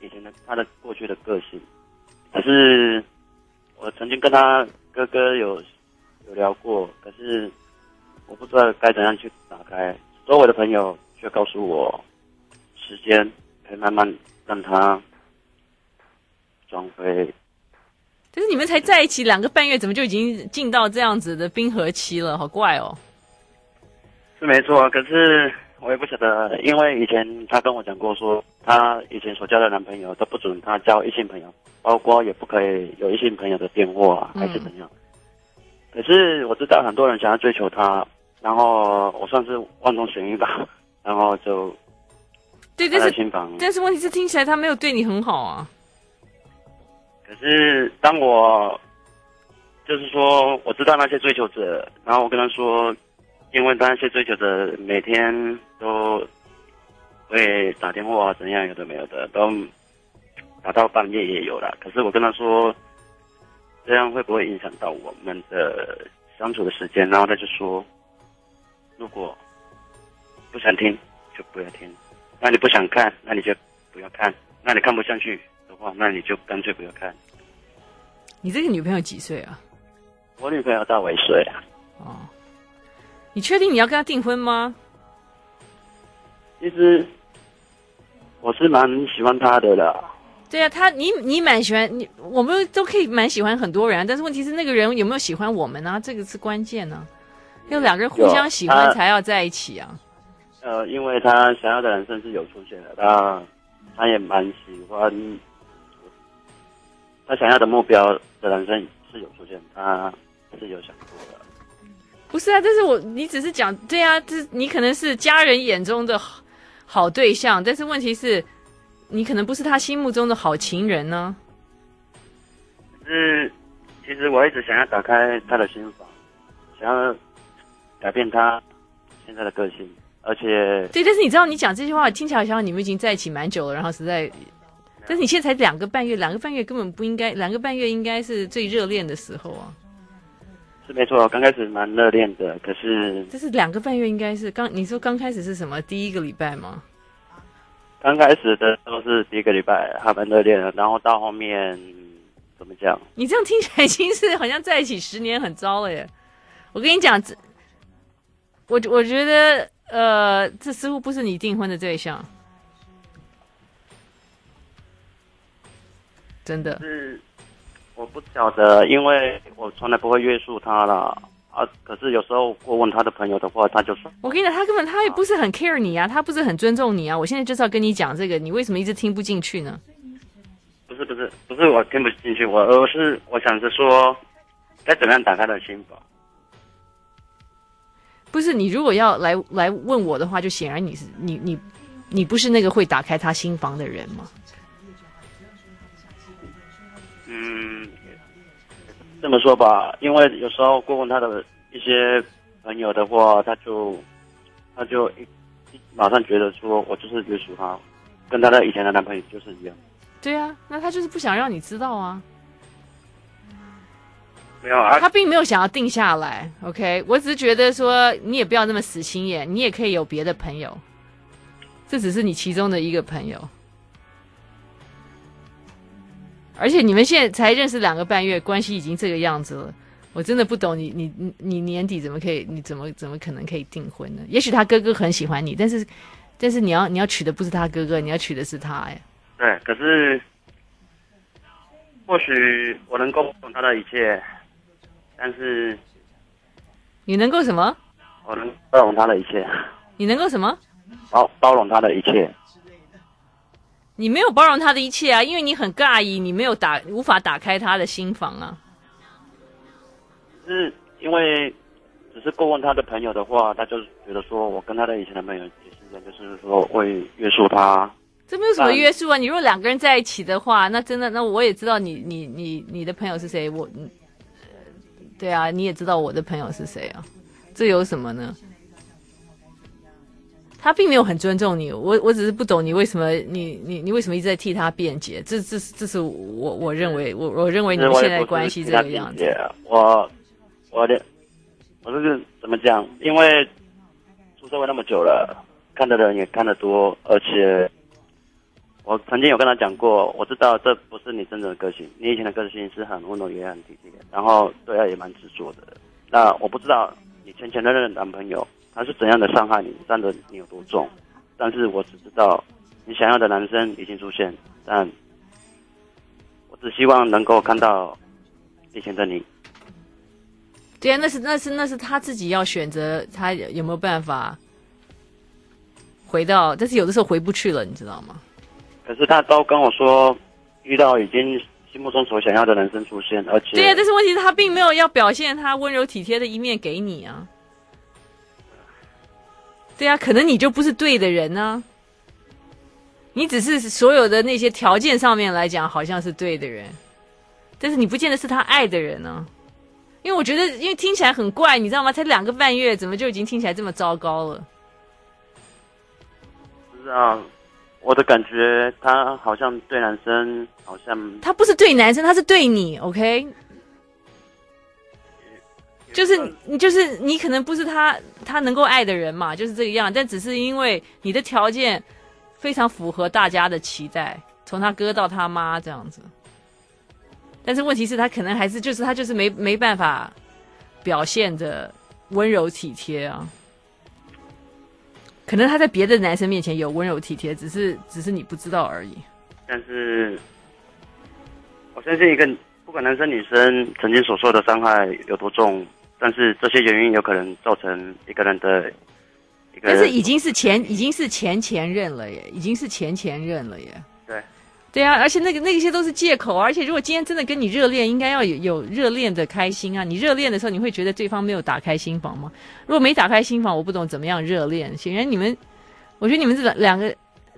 F: 以前的他的过去的个性，可是我曾经跟他哥哥有有聊过，可是我不知道该怎样去打开。周围的朋友却告诉我，时间可以慢慢让他转回
A: 但是你们才在一起两个半月，怎么就已经进到这样子的冰河期了？好怪哦。
F: 是没错，啊可是我也不晓得，啊因为以前她跟我讲过说，她以前所交的男朋友都不准她交异性朋友，包括也不可以有异性朋友的电话啊
A: 嗯
F: 还是怎样。可是我知道很多人想要追求她，然后我算是万中选一吧，然后就
A: 对，
F: 她
A: 但
F: 的
A: 是
F: 心房。
A: 但是问题是听起来他没有对你很好啊。
F: 可是当我就是说我知道那些追求者，然后我跟他说，因为那些追求者每天都会打电话怎样有的没有的，都打到半夜也有了。可是我跟他说，这样会不会影响到我们的相处的时间？然后他就说，如果不想听就不要听，那你不想看，那你就不要看，那你看不下去的话，那你就干脆不要看。
A: 你这个女朋友几岁啊？
F: 我女朋友大我一岁啊。
A: 哦，你确定你要跟她订婚吗？
F: 其实我是蛮喜欢他的啦，
A: 对啊，他你你蛮喜欢你，我们都可以蛮喜欢很多人啊，但是问题是那个人有没有喜欢我们呢、这个是关键呢、要两个人互相喜
F: 有
A: 欢
F: 他
A: 才要在一起啊。
F: 呃，因为他想要的人甚至有出现了，他他也蛮喜欢，他想要的目标的人生是有出现，他是有想过的。
A: 不是啊，但是我你只是讲对啊，这你可能是家人眼中的好好对象，但是问题是，你可能不是他心目中的好情人呢、
F: 可是其实我一直想要打开他的心房，想要改变他现在的个性，而且
A: 对，但是你知道，你讲这句话听起来好像你们已经在一起蛮久了，然后实在，但是你现在才两个半月，两个半月根本不应该，两个半月应该是最热恋的时候啊。
F: 是没错，刚开始蛮热恋的，可是
A: 这是两个半月，应该是刚你说刚开始是什么？第一个礼拜吗？
F: 刚开始的时候是第一个礼拜还蛮热恋的，然后到后面怎么讲？
A: 你这样听起来已经是好像在一起十年很糟了耶！我跟你讲，这我我觉得呃，这似乎不是你订婚的对象，真的。
F: 是我不晓得，因为我从来不会约束他啦。啊，可是有时候过问他的朋友的话，他就说
A: 我跟你讲，他根本他也不是很 care 你啊，他不是很尊重你啊。我现在就是要跟你讲这个，你为什么一直听不进去呢？
F: 不是不是不是我听不进去，我而是我想着说该怎么样打开他的心房。
A: 不是你如果要来来问我的话，就显然你是你你你不是那个会打开他心房的人嘛。
F: 嗯，这么说吧，因为有时候过问他的一些朋友的话，他就他就一一马上觉得说我就是约束他，跟他的以前的男朋友就是一样。
A: 对啊，那他就是不想让你知道啊。
F: 没有啊
A: 他，并没有想要定下来，OK，我只是觉得说你也不要那么死心眼，你也可以有别的朋友，这只是你其中的一个朋友。而且你们现在才认识两个半月，关系已经这个样子了，我真的不懂你你你你年底怎么可以，你怎么怎么可能可以订婚呢？也许他哥哥很喜欢你，但是但是你要你要娶的不是他哥哥，你要娶的是他哎。
F: 对，可是或许我能够懂他的一切，但是
A: 你能够什么？
F: 我能包容他的一切，
A: 你能够什么？
F: 包包容他的一切。
A: 你没有包容他的一切啊，因为你很尬意，你没有打无法打开他的心房啊。
F: 是因为只是过问他的朋友的话，他就觉得说我跟他的以前的朋友也是一样，就是说会约束他。
A: 这没有什么
F: 嗯
A: 约束啊！你如果两个人在一起的话，那真的，那我也知道你你你你的朋友是谁，我，嗯呃对啊，你也知道我的朋友是谁啊，这有什么呢？他并没有很尊重你，我我只是不懂你为什么你你你为什么一直在替他辩解，这这是这是我我认为我我认为你
F: 其实
A: 们
F: 我
A: 现
F: 也
A: 在
F: 不
A: 关
F: 是
A: 系
F: 替
A: 这
F: 他
A: 个
F: 辩
A: 样子。
F: 解，我我的我就是怎么讲？因为出社会那么久了，看的人也看得多，而且我曾经有跟他讲过，我知道这不是你真正的个性，你以前的个性是很温柔也很体贴，然后对爱也蛮执着的。那我不知道你前前任任的男朋友他是怎样的伤害你，伤的你有多重，但是我只知道你想要的男生已经出现，但我只希望能够看到以前的你。
A: 对啊，那是那是那是他自己要选择，他有没有办法回到？但是有的时候回不去了，你知道吗？
F: 可是他都跟我说，遇到已经心目中所想要的人生出现，而且
A: 对啊，但是问题是他并没有要表现他温柔体贴的一面给你啊。对啊，可能你就不是对的人呢、你只是所有的那些条件上面来讲，好像是对的人，但是你不见得是他爱的人呢、因为我觉得，因为听起来很怪，你知道吗？才两个半月，怎么就已经听起来这么糟糕了？
F: 不知道，我的感觉他好像对男生好像
A: 他不是对男生，他是对你，OK？就是你，就是你，可能不是他他能够爱的人嘛，就是这个样。但只是因为你的条件非常符合大家的期待，从他哥到他妈这样子。但是问题是，他可能还是就是他就是没没办法表现的温柔体贴啊。可能他在别的男生面前有温柔体贴，只是只是你不知道而已。
F: 但是，我相信一个不管男生女生曾经所受的伤害有多重，但是这些原因有可能造成一个人的一个
A: 但
F: 人
A: 是已经是前已经是前前任了耶，已经是前前任了耶。
F: 对
A: 对啊，而且那个那些都是借口，啊而且如果今天真的跟你热恋，应该要有有热恋的开心啊。你热恋的时候，你会觉得对方没有打开心房吗？如果没打开心房，我不懂怎么样热恋。显然你们，我觉得你们这两个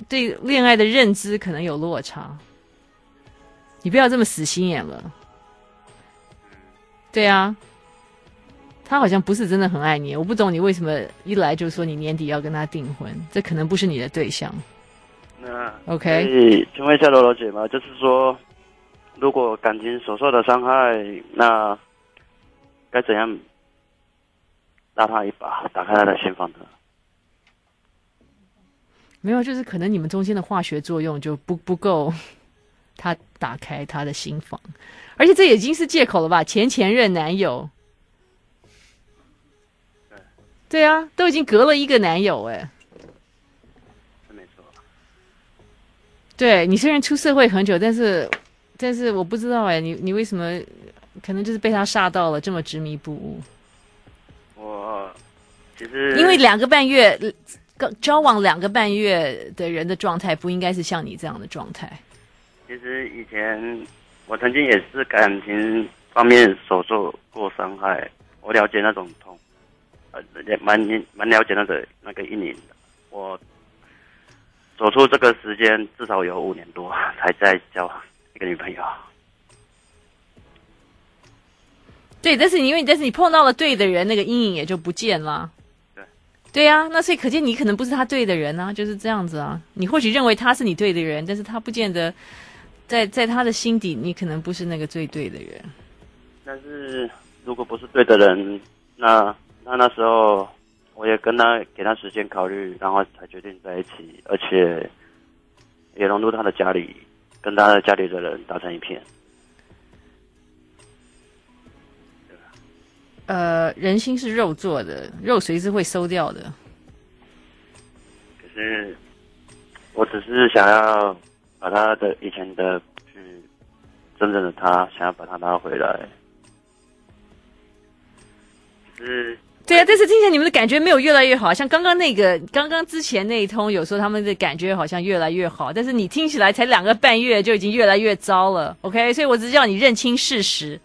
A: 对恋爱的认知可能有落差。你不要这么死心眼
F: 嗯
A: 了。对啊，他好像不是真的很爱你，我不懂你为什么一来就说你年底要跟他订婚，这可能不是你的对象。
F: 那
A: OK
F: 所以请问一下罗罗姐嘛，就是说，如果感情所受的伤害，那该怎样拉他一把，打开他的心房呢？
A: 没有，就是可能你们中间的化学作用就不不够，他打开他的心房，而且这已经是借口了吧？前前任男友，对啊，都已经隔了一个男友哎、
F: 是没错，
A: 对你虽然出社会很久，但是但是我不知道哎、你你为什么可能就是被他吓到了，这么执迷不悟？
F: 我其实
A: 因为两个半月呃刚交往两个半月的人的状态，不应该是像你这样的状态。
F: 其实以前我曾经也是感情方面所受过伤害，我了解那种痛，呃，也蛮蛮了解那个那个阴影的。我走出这个时间至少有五年多，才在交一个女朋友。
A: 对，但是你因为但是你碰到了对的人，那个阴影也就不见了。
F: 对，
A: 对呀、那所以可见你可能不是他对的人啊，就是这样子啊。你或许认为他是你对的人，但是他不见得在在他的心底，你可能不是那个最对的人。
F: 但是如果不是对的人，那那那时候我也跟他给他时间考虑，然后才决定在一起，而且也融入他的家里，跟他的家里的人打成一片。
A: 呃，人心是肉做的，肉随时会馊掉的。
F: 可是我只是想要把他的以前的去真正的他，想要把他拉回来。只是
A: 对啊，但是听起来你们的感觉没有越来越好，像刚刚那个，刚刚之前那一通有说他们的感觉好像越来越好，但是你听起来才两个半月就已经越来越糟了，OK？所以我只是叫你认清事实，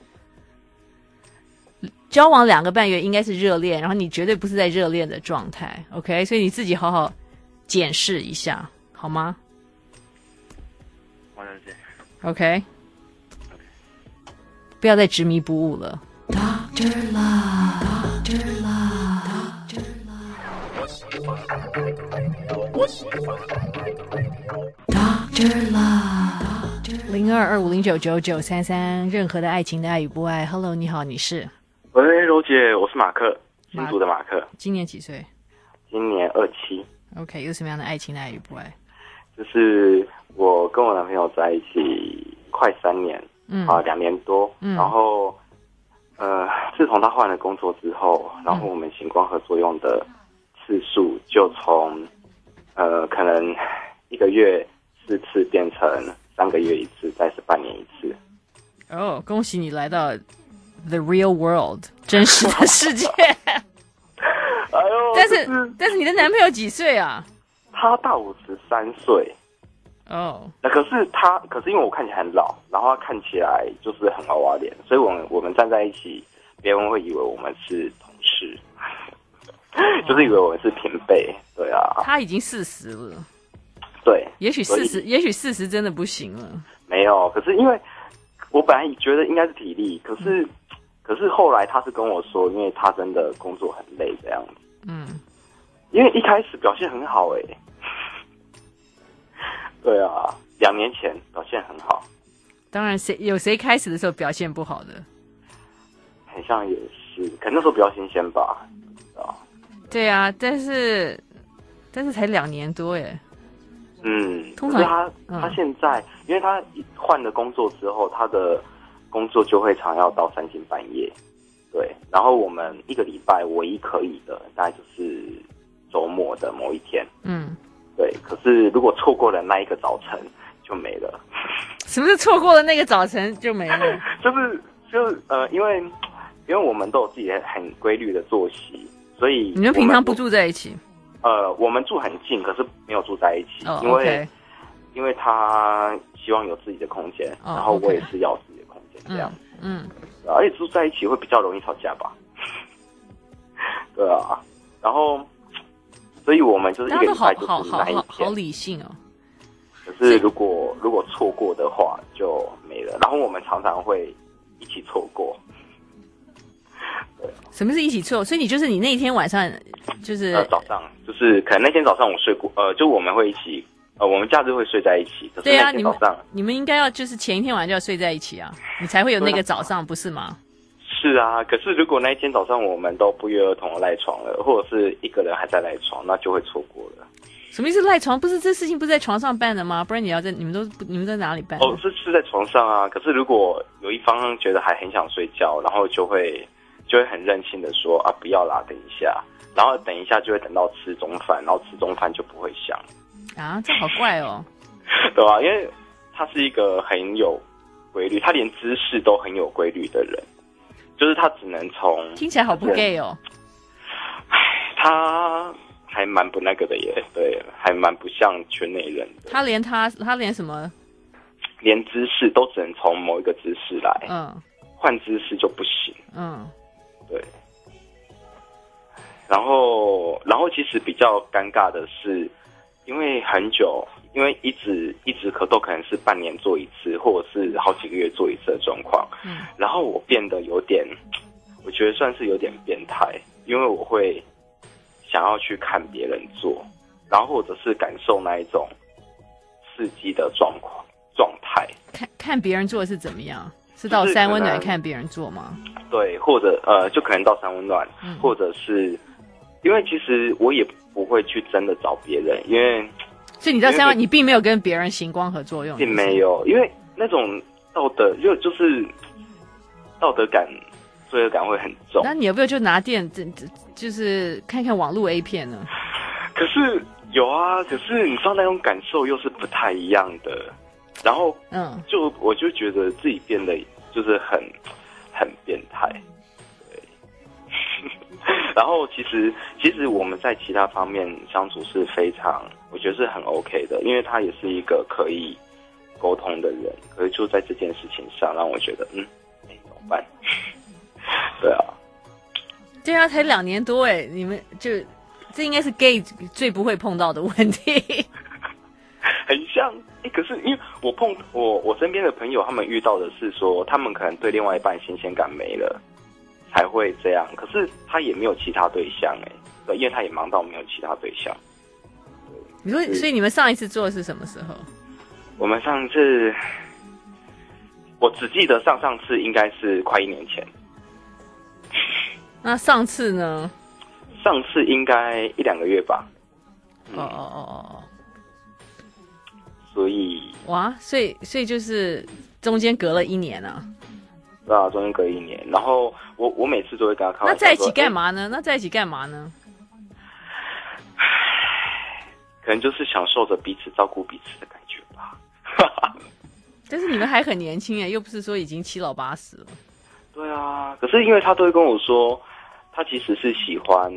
A: 交往两个半月应该是热恋，然后你绝对不是在热恋的状态，OK？所以你自己好好检视一下，好吗
F: 我了解。
A: ？OK？不要再执迷不悟了。零二二五零九九九三三，任何的爱情的爱与不爱。Hello，你好，你是
G: 喂，柔姐，我是马克，新竹的马克，
A: 今年几岁
G: 今年二七，
A: ？OK，有什么样的爱情的爱与不爱？
G: 就是我跟我男朋友在一起快三年，
A: 嗯
G: 啊，两年多，
A: 嗯
G: 然后，呃，自从他换了工作之后，然
A: 嗯
G: 后我们行光合作用的次数就从，呃，可能一个月四次变成三个月一次，再是半年一次。
A: 哦，恭喜你来到 the real world 真实的世界。
G: 哎呦，
A: 但
G: 就是
A: 但是你的男朋友几岁啊？
G: 他大我十三岁，
A: 哦，
G: 那可是他，可是因为我看起来很老，然后他看起来就是很娃娃脸，所以我们我们站在一起，别人会以为我们是同事， 就是以为我们是平辈。对啊，
A: 他已经四十了，
G: 对，
A: 也许四
G: 所
A: 十，也许四十真的不行了。
G: 没有。可是因为我本来觉得应该是体力，可是可是后来他是跟我说，因为他真的工作很累这样子。
A: 嗯，
G: 因为一开始表现很好哎、 对啊，两年前表现很好，
A: 当然谁有谁开始的时候表现不好的，
G: 很像也是，可能那时候比较新鲜吧，不
A: 嗯
G: 知道
A: 对啊，但是但是才两年多耶，
G: 嗯，
A: 通
G: 可
A: 常
G: 是他
A: 嗯
G: 他现在，因为他一换了工作之后，他的工作就会常要到三更半夜，对。然后我们一个礼拜唯一可以的，大概就是周末的某一天，
A: 嗯，
G: 对。可是如果错过了那一个早晨，就没了。
A: 什么是错过了那个早晨就没了？
G: 就是就是呃，因为因为我们都有自己的很规律的作息，所以
A: 你们
G: 我
A: 平常不住在一起？
G: 呃，我们住很近，可是没有住在一起，
A: 哦
G: 因为。
A: ，OK，
G: 因为他希望有自己的空间，
A: 哦
G: 然后我
A: OK
G: 也是要自己的空间这样
A: 嗯，嗯，
G: 而且住在一起会比较容易吵架吧？ 对啊，然后，所以我们就是一
A: 大
G: 个
A: 家都
G: 礼
A: 好
G: 拜就
A: 好
G: 是
A: 好
G: 那一
A: 好好
G: 天，
A: 理性哦，
G: 可是如果如果错过的话就没了，然后我们常常会一起错过，
A: 什么是一起错？所以你就是你那天晚上就是
G: 呃，早上就是可能那天早上我睡过，呃，就我们会一起，呃，我们假日会睡在一起，可是
A: 对啊，
G: 那
A: 你
G: 天
A: 们
G: 早上。
A: 你们应该要就是前一天晚上就要睡在一起啊，你才会有那
G: 对
A: 个
G: 啊
A: 早上，不是吗？
G: 是啊，可是如果那一天早上我们都不约而同地赖床了，或者是一个人还在赖床，那就会错过了。
A: 什么意思？赖床不是这事情不是在床上办的吗？不然你要在你们都不你们在哪里办的？
G: 哦，是是在床上啊。可是如果有一方觉得还很想睡觉，然后就会就会很任性的说啊，不要啦，等一下。然后等一下就会等到吃中饭，然后吃中饭就不会想，
A: 啊，这好怪哦。
G: 对吧、因为他是一个很有规律，他连姿势都很有规律的人，就是他只能从
A: 听起来好不 gay 哦。
G: 他还蛮不那个的耶，对，还蛮不像圈内人的，
A: 他连他他连什么
G: 连姿势都只能从某一个姿势来，
A: 嗯
G: 换姿势就不行。
A: 嗯
G: 对，然后然后其实比较尴尬的是，因为很久，因为一直一直咳嗽，可能是半年做一次，或者是好几个月做一次的状况。
A: 嗯
G: 然后我变得有点，我觉得算是有点变态，因为我会想要去看别人做，然后或者是感受那一种刺激的状况状态，
A: 看看别人做的是怎么样？是到
G: 就是
A: 三温
G: 可能
A: 暖看别人做吗？
G: 对，或者呃，就可能到三温暖，
A: 嗯
G: 或者是因为其实我也不会去真的找别人，因为
A: 所以你到三温，
G: 因为
A: 你并没有跟别人行光合作用，
G: 并没。
A: 哦
G: 有，因为那种道德就就是道德感、罪恶感会很重。
A: 那你有没有就拿电，这这就是看看网络 A 片呢？
G: 可是有啊，可是你知道那种感受又是不太一样的。然后
A: 嗯，
G: 就我就觉得自己变得就是很很变态，对。 然后其实其实我们在其他方面相处是非常，我觉得是很 OK 的，因为他也是一个可以沟通的人。可是就在这件事情上，让我觉得嗯，哎怎么办？对啊，
A: 对啊，才两年多哎，你们就这应该是 gay 最不会碰到的问题。
G: 很像。哎、可是因为我碰我我身边的朋友，他们遇到的是说，他们可能对另外一半新鲜感没了，才会这样。可是他也没有其他对象哎、对，因为他也忙到没有其他对象。
A: 你说，所以你们上一次做的是什么时候？
G: 我们上次，我只记得上上次应该是快一年前，
A: 那上次呢？
G: 上次应该一两个月吧。
A: 哦哦哦哦
G: 所以
A: 哦，哇！所以所以就是中间隔了一年啊。
G: 对啊，中间隔一年。然后我我每次都会跟他开玩
A: 那
G: 笑
A: 在一起
G: 说
A: 干？
G: 诶
A: 嘛呢？那在一起干嘛呢？
G: 可能就是享受着彼此照顾彼此的感觉吧。
A: 但是你们还很年轻哎，又不是说已经七老八十了。
G: 对啊，可是因为他都会跟我说，他其实是喜欢，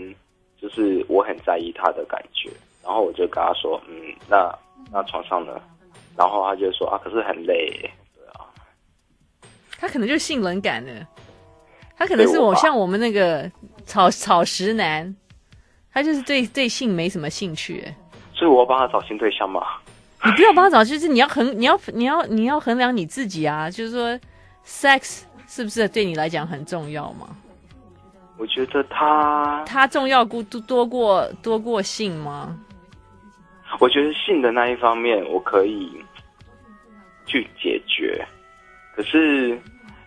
G: 就是我很在意他的感觉，然后我就跟他说，嗯，那那床上呢？然后他就说啊，可是很累耶，
A: 他可能就是性冷感的，他可能是
G: 对我
A: 我
G: 吧
A: 像我们那个草草食男，他就是对对性没什么兴趣哎。
G: 所以我要帮他找新对象嘛。
A: 你不要帮他找，就是你要衡，你要你要你要衡量你自己啊，就是说 sex 是不是对你来讲很重要吗？
G: 我觉得他，
A: 它重要过多多过多过性吗？
G: 我觉得性的那一方面我可以去解决，可是，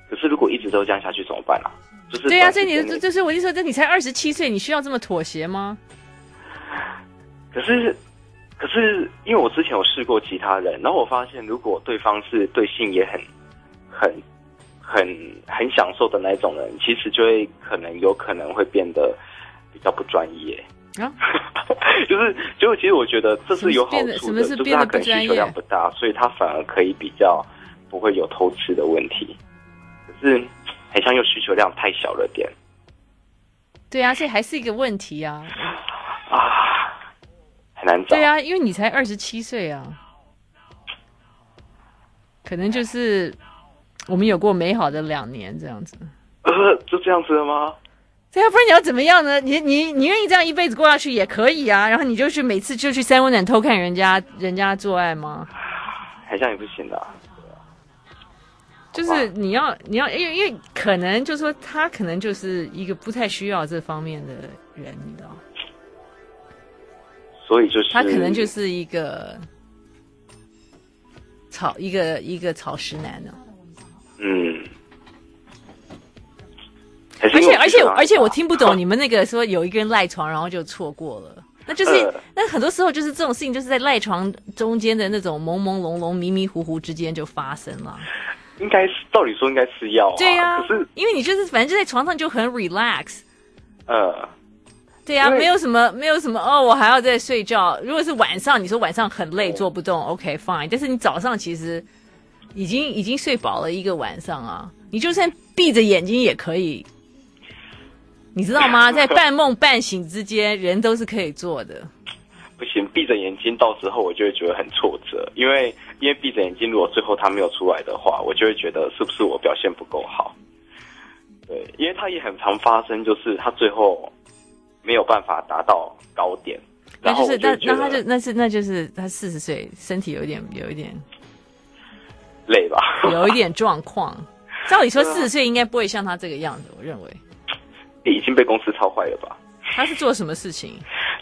G: 可是如果一直都这样下去怎么办啊？就是
A: 对呀、
G: 短
A: 所
G: 时
A: 以你
G: 间
A: 这
G: 内
A: 就是我就说，这你才二十七岁，你需要这么妥协吗？
G: 可是，可是因为我之前有试过其他人，然后我发现，如果对方是对性也很、很、很、很享受的那一种人，其实就会可能有可能会变得比较不专业。
A: 啊，
G: 就是，就是，其实我觉得这是有好
A: 什
G: 处
A: 么是变得什
G: 的，
A: 么是
G: 就是
A: 变得
G: 他
A: 不
G: 可能需求量不大，所以他反而可以比较不会有偷吃的问题。可是，很像又需求量太小了点
A: 对啊呀、所以还是一个问题啊。
G: 啊，很难找。
A: 对啊，因为你才二十七岁啊，可能就是我们有过美好的两年这样子。
G: 呃，就这样子了吗？
A: 对啊，不然你要怎么样呢？你你你愿意这样一辈子过下去也可以啊，然后你就去每次就去三温暖偷看人家人家做爱吗？
G: 好像也不行啊的。
A: 就是你要你要，因为因为可能就是说他可能就是一个不太需要这方面的人，你知道，
G: 所以就是
A: 他可能就是一个草一个一个草食男哦呢、
G: 嗯，而
A: 而且而且而且我听不懂你们那个说有一个人赖床，然后就错过了。那就是、
G: 呃
A: 那很多时候就是这种事情，就是在赖床中间的那种朦朦胧胧、迷迷糊糊之间就发生了。
G: 应该是照理说应该吃药、啊，
A: 对呀、
G: 可是
A: 因为你就是反正就在床上就很 relax，
G: 呃，
A: 对呀、
G: 因为
A: 没有什么没有什么哦，我还要再睡觉。如果是晚上，你说晚上很累做不动，OK fine，但是你早上其实已经已经睡饱了一个晚上啊，你就算闭着眼睛也可以，你知道吗？在半梦半醒之间，人都是可以做的。
G: 不行，闭着眼睛到时候我就会觉得很挫折，因为因为闭着眼睛，如果最后他没有出来的话，我就会觉得是不是我表现不够好？对，因为他也很常发生，就是他最后没有办法达到高点，
A: 那
G: 然后
A: 就
G: 我
A: 是
G: 就
A: 那那
G: 会觉
A: 他就
G: 得
A: 那是那就是他四十岁，身体有一点有一点
G: 累吧，
A: 有一点状况。照理说
G: 对啊
A: 四十岁应该不会像他这个样子，我认为
G: 已经被公司超坏了吧？
A: 他是做什么事情？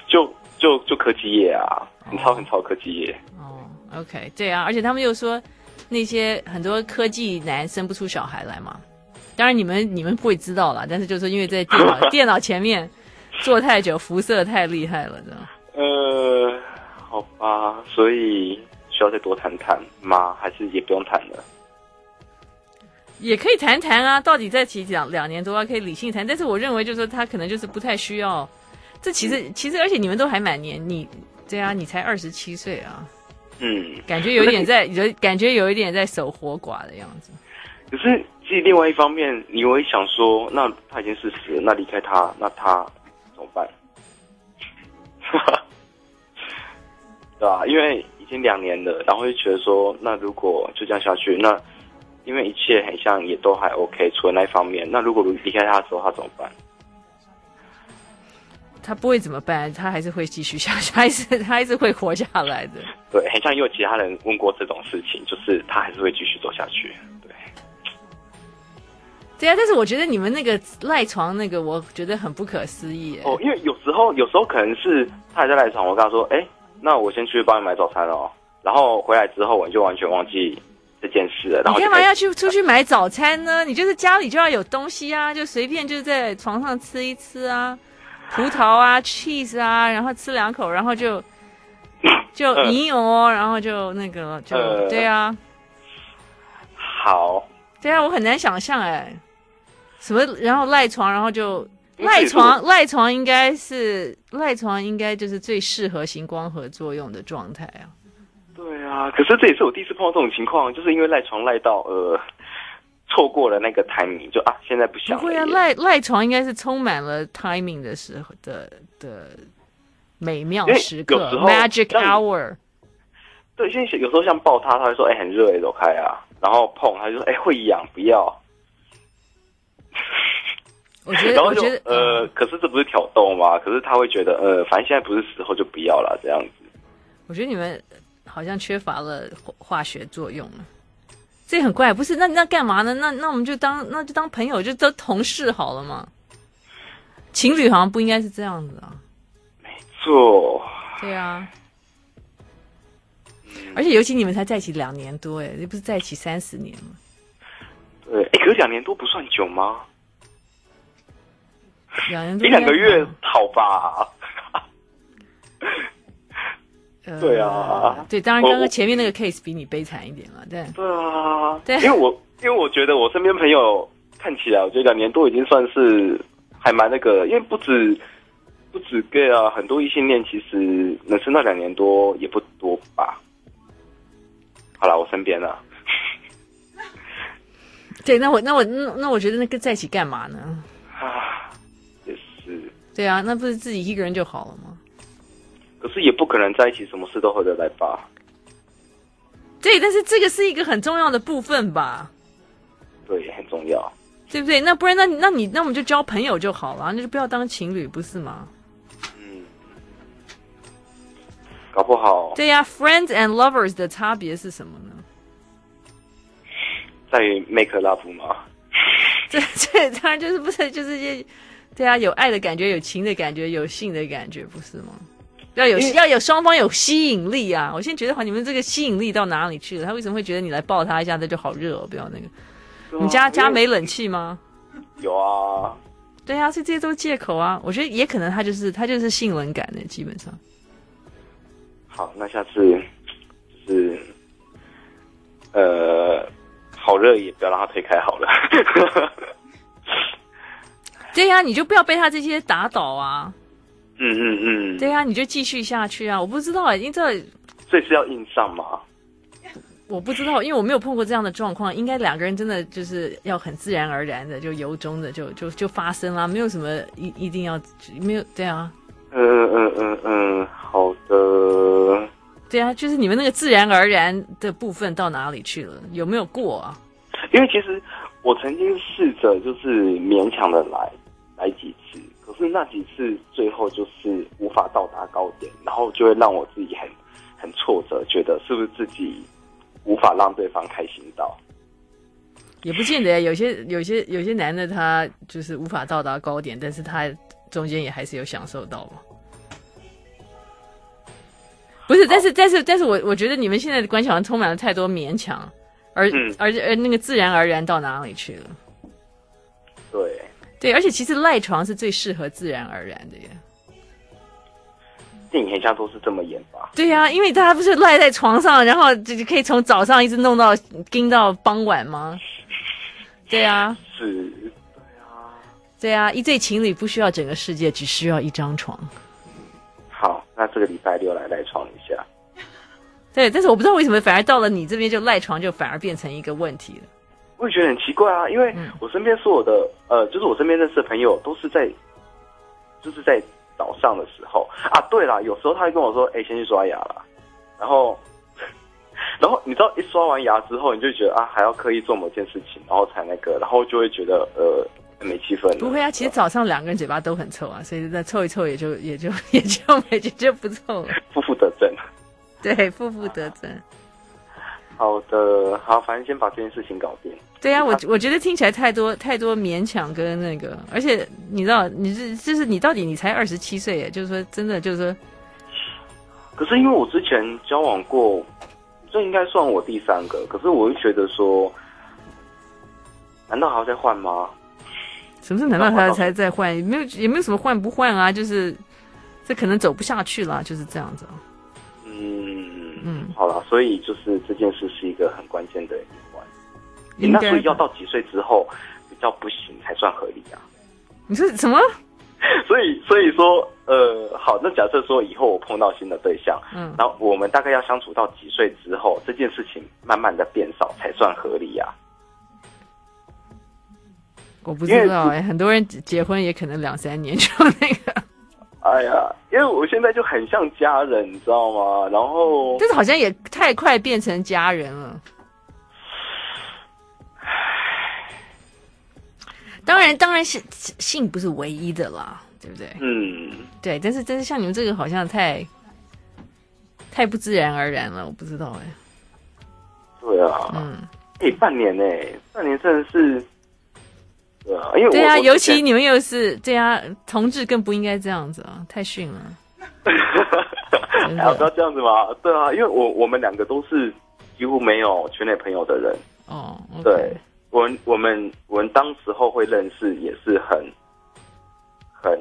G: 就就就科技业啊，很超很超科技业。
A: 哦，OK，对啊，而且他们又说那些很多科技男生不出小孩来嘛。当然你们你们不会知道啦，但是就是因为在电脑电脑前面坐太久，辐射太厉害了，这样。
G: 呃，好吧，所以需要再多谈谈吗？还是也不用谈了？
A: 也可以谈谈啊，到底在提两两年多啊，可以理性谈。但是我认为，就是说他可能就是不太需要。这其实其实，而且你们都还蛮年，你对啊，你才二十七岁啊，
G: 嗯，
A: 感觉有一点在，有感觉有一点在守活寡的样子。
G: 可是其实另外一方面，你会想说，那他已经四十，那离开他，那他怎么办？ 对吧、因为已经两年了，然后就觉得说，那如果就这样下去，那因为一切很像也都还 OK，除了那一方面，那如果离开他的时候，他怎么办？
A: 他不会怎么办？他还是会继续下去，还是他还是会活下来的。
G: 对，很像也有其他人问过这种事情，就是他还是会继续走下去。对，
A: 对啊，但是我觉得你们那个赖床那个，我觉得很不可思议耶。
G: 哦，因为有时候有时候可能是他还在赖床，我跟他说，哎，那我先去帮你买早餐哦，然后回来之后我就完全忘记这件事了，然后
A: 你
G: 就
A: 干嘛
G: 开
A: 要
G: 始
A: 去出去买早餐呢？你就是家里就要有东西啊，就随便就在床上吃一吃啊，葡萄啊、cheese 啊，然后吃两口，然后 就就
G: 呃
A: 饮用哦，然后就那个了就、
G: 呃
A: 对啊，
G: 好，
A: 对啊，我很难想象哎，什么然后赖床，然后就
G: 嗯
A: 赖
G: 所以
A: 床，赖床应该是赖床应该就是最适合行光合作用的状态啊。
G: 对啊，可是这也是我第一次碰到这种情况，就是因为赖床赖到呃，错过了那个 timing，就啊呃现在不想
A: 不
G: 了
A: 会啊，
G: 耶
A: 赖赖床应该是充满了 timing 的时候的的美妙时
G: 因为
A: 刻
G: 哎有时候
A: ，magic
G: 让你
A: hour。
G: 对，现在有时候像抱他，他会说哎、很热哎，走开啊，然后碰他就说哎、会痒不要。
A: 我觉
G: 然
A: 得，
G: 后
A: 我
G: 就
A: 觉得，嗯
G: 呃，可是这不是挑逗吗？可是他会觉得呃，反正现在不是时候就不要了这样子。
A: 我觉得你们好像缺乏了化化学作用了。这也很怪，不是？那那干嘛呢？那那我们就当那就当朋友，就当同事好了嘛。情侣好像不应该是这样子啊。
G: 做
A: 对啊，
G: 嗯
A: 而且尤其你们才在一起两年多，哎，这不是在一起三十年 吗？
G: 对，哎，可是两年多不算久吗？
A: 两年多
G: 一
A: 应该
G: 两个月好吧？
A: 呃
G: 对啊
A: 对，当然刚
G: 我我
A: 刚前面那个 case 比你悲惨一点了，但
G: 对啊，
A: 对
G: 因为我因为我觉得我身边朋友看起来，我觉得两年多已经算是还蛮那个，因为不止不止 gay 啊，很多异性恋其实能撑到两年多也不多吧。好了，我身边啊了，
A: 对，那我那我那那我觉得那个在一起干嘛呢？
G: 也是，
A: 对啊，那不是自己一个人就好了吗？
G: 可是也不可能在一起什么事都合得来吧？
A: 对，但是这个是一个很重要的部分吧，
G: 对，很重要。
A: 对不对？那不然那你那你那我们就交朋友就好了，那就不要当情侣，不是吗？
G: 嗯，搞不好
A: 对呀、f r i e n d s and lovers 的差别是什么呢？
G: 在于 make love 嘛。
A: 这 这当然就是不是就是一些，对啊，有爱的感觉，有情的感觉，有性的感觉，不是吗？要有要有双方有吸引力啊！我现在觉得好，你们这个吸引力到哪里去了？他为什么会觉得你来抱他一下，他就好热哦？不要那个，你家家没冷气吗？
G: 有啊，
A: 对啊，所以这些都是借口啊。我觉得也可能他就是他就是性冷感的，基本上。
G: 好，那下次就是呃，好热也不要让它推开好了。
A: 对啊呀、你就不要被他这些打倒啊！
G: 嗯嗯嗯，
A: 对呀、啊你就继续下去啊！我不知道啊，因为这
G: 所以是要硬上嘛。
A: 我不知道，因为我没有碰过这样的状况。应该两个人真的就是要很自然而然的，就由衷的就就就发生啦，没有什么一一定要没有对啊，
G: 嗯嗯嗯嗯，好的。
A: 对啊，就是你们那个自然而然的部分到哪里去了？有没有过啊？
G: 因为其实我曾经试着就是勉强的来来几次，可是那几次最后就是无法到达高点，然后就会让我自己很很挫折，觉得是不是自己无法让对方开心到。
A: 也不见得呀，有些有些有些男的他就是无法到达高点，但是他中间也还是有享受到嘛。不是，但是但是但是我我觉得你们现在的关系好像充满了太多勉强，而、
G: 嗯
A: 而而那个自然而然到哪里去了？
G: 对，
A: 对，而且其实赖床是最适合自然而然的耶。
G: 电影很像都是这么演吧？
A: 对呀、因为大家不是赖在床上，然后就就可以从早上一直弄到盯到傍晚吗？对呀、
G: 是，
A: 对呀、一对情侣不需要整个世界，只需要一张床。
G: 好，那这个礼拜六来赖床一下。
A: 对，但是我不知道为什么，反而到了你这边就赖床，就反而变成一个问题了。
G: 我也觉得很奇怪啊，因为
A: 嗯
G: 我身边所有的呃，就是我身边认识的朋友都是在，就是在早上的时候啊。对啦，有时候他会跟我说：“哎、先去刷牙啦。”然后， 然后你知道，一刷完牙之后，你就觉得啊，还要刻意做某件事情，然后才那个，然后就会觉得呃，没气氛了。呃
A: 不会啊，其实早上两个人嘴巴都很臭啊，所以那凑一凑也就也就 也就也就就不臭了。
G: 负负得正。
A: 对，负负得正。
G: 好的，好，反正先把这件事情搞定。
A: 对啊，我我觉得听起来太多太多勉强跟那个，而且你知道，你是就是你到底你才二十七岁耶，就是说真的就是说，
G: 可是因为我之前交往过，这应该算我第三个。可是我就觉得说，难道还要再换吗？
A: 什么时候难道他
G: 那我
A: 才在换？也没有也没有什么换不换啊，就是这可能走不下去了，就是这样子啊。
G: 嗯
A: 嗯
G: 嗯，好了，所以就是这件事是一个很关键的一环。你
A: 应
G: 那
A: 该
G: 所以要到几岁之后比较不行才算合理啊？
A: 你说什么？
G: 所以所以说，呃，好，那假设说以后我碰到新的对象，
A: 嗯
G: 然后我们大概要相处到几岁之后，这件事情慢慢的变少才算合理啊？
A: 我不
G: 因
A: 知
G: 为
A: 道哎，很多人结结婚也可能两三年就那个，
G: 哎呀，因为我现在就很像家人，你知道吗？然后
A: 但是好像也太快变成家人了。当然，当然是性不是唯一的啦，对不对？
G: 嗯，
A: 对，但是但是像你们这个好像太太不自然而然了，我不知道哎、
G: 对啊，
A: 嗯，
E: 哎、半年呢、半年真的是，对啊，因为我
A: 对啊，
E: 我之前
A: 尤其你们又是对啊，同志更不应该这样子啊，太逊了。 真的
E: 还要不要这样子嘛？对啊，因为我我们两个都是几乎没有圈内朋友的人。
A: 哦，OK，
E: 对，我们我们我们当时候会认识，也是很很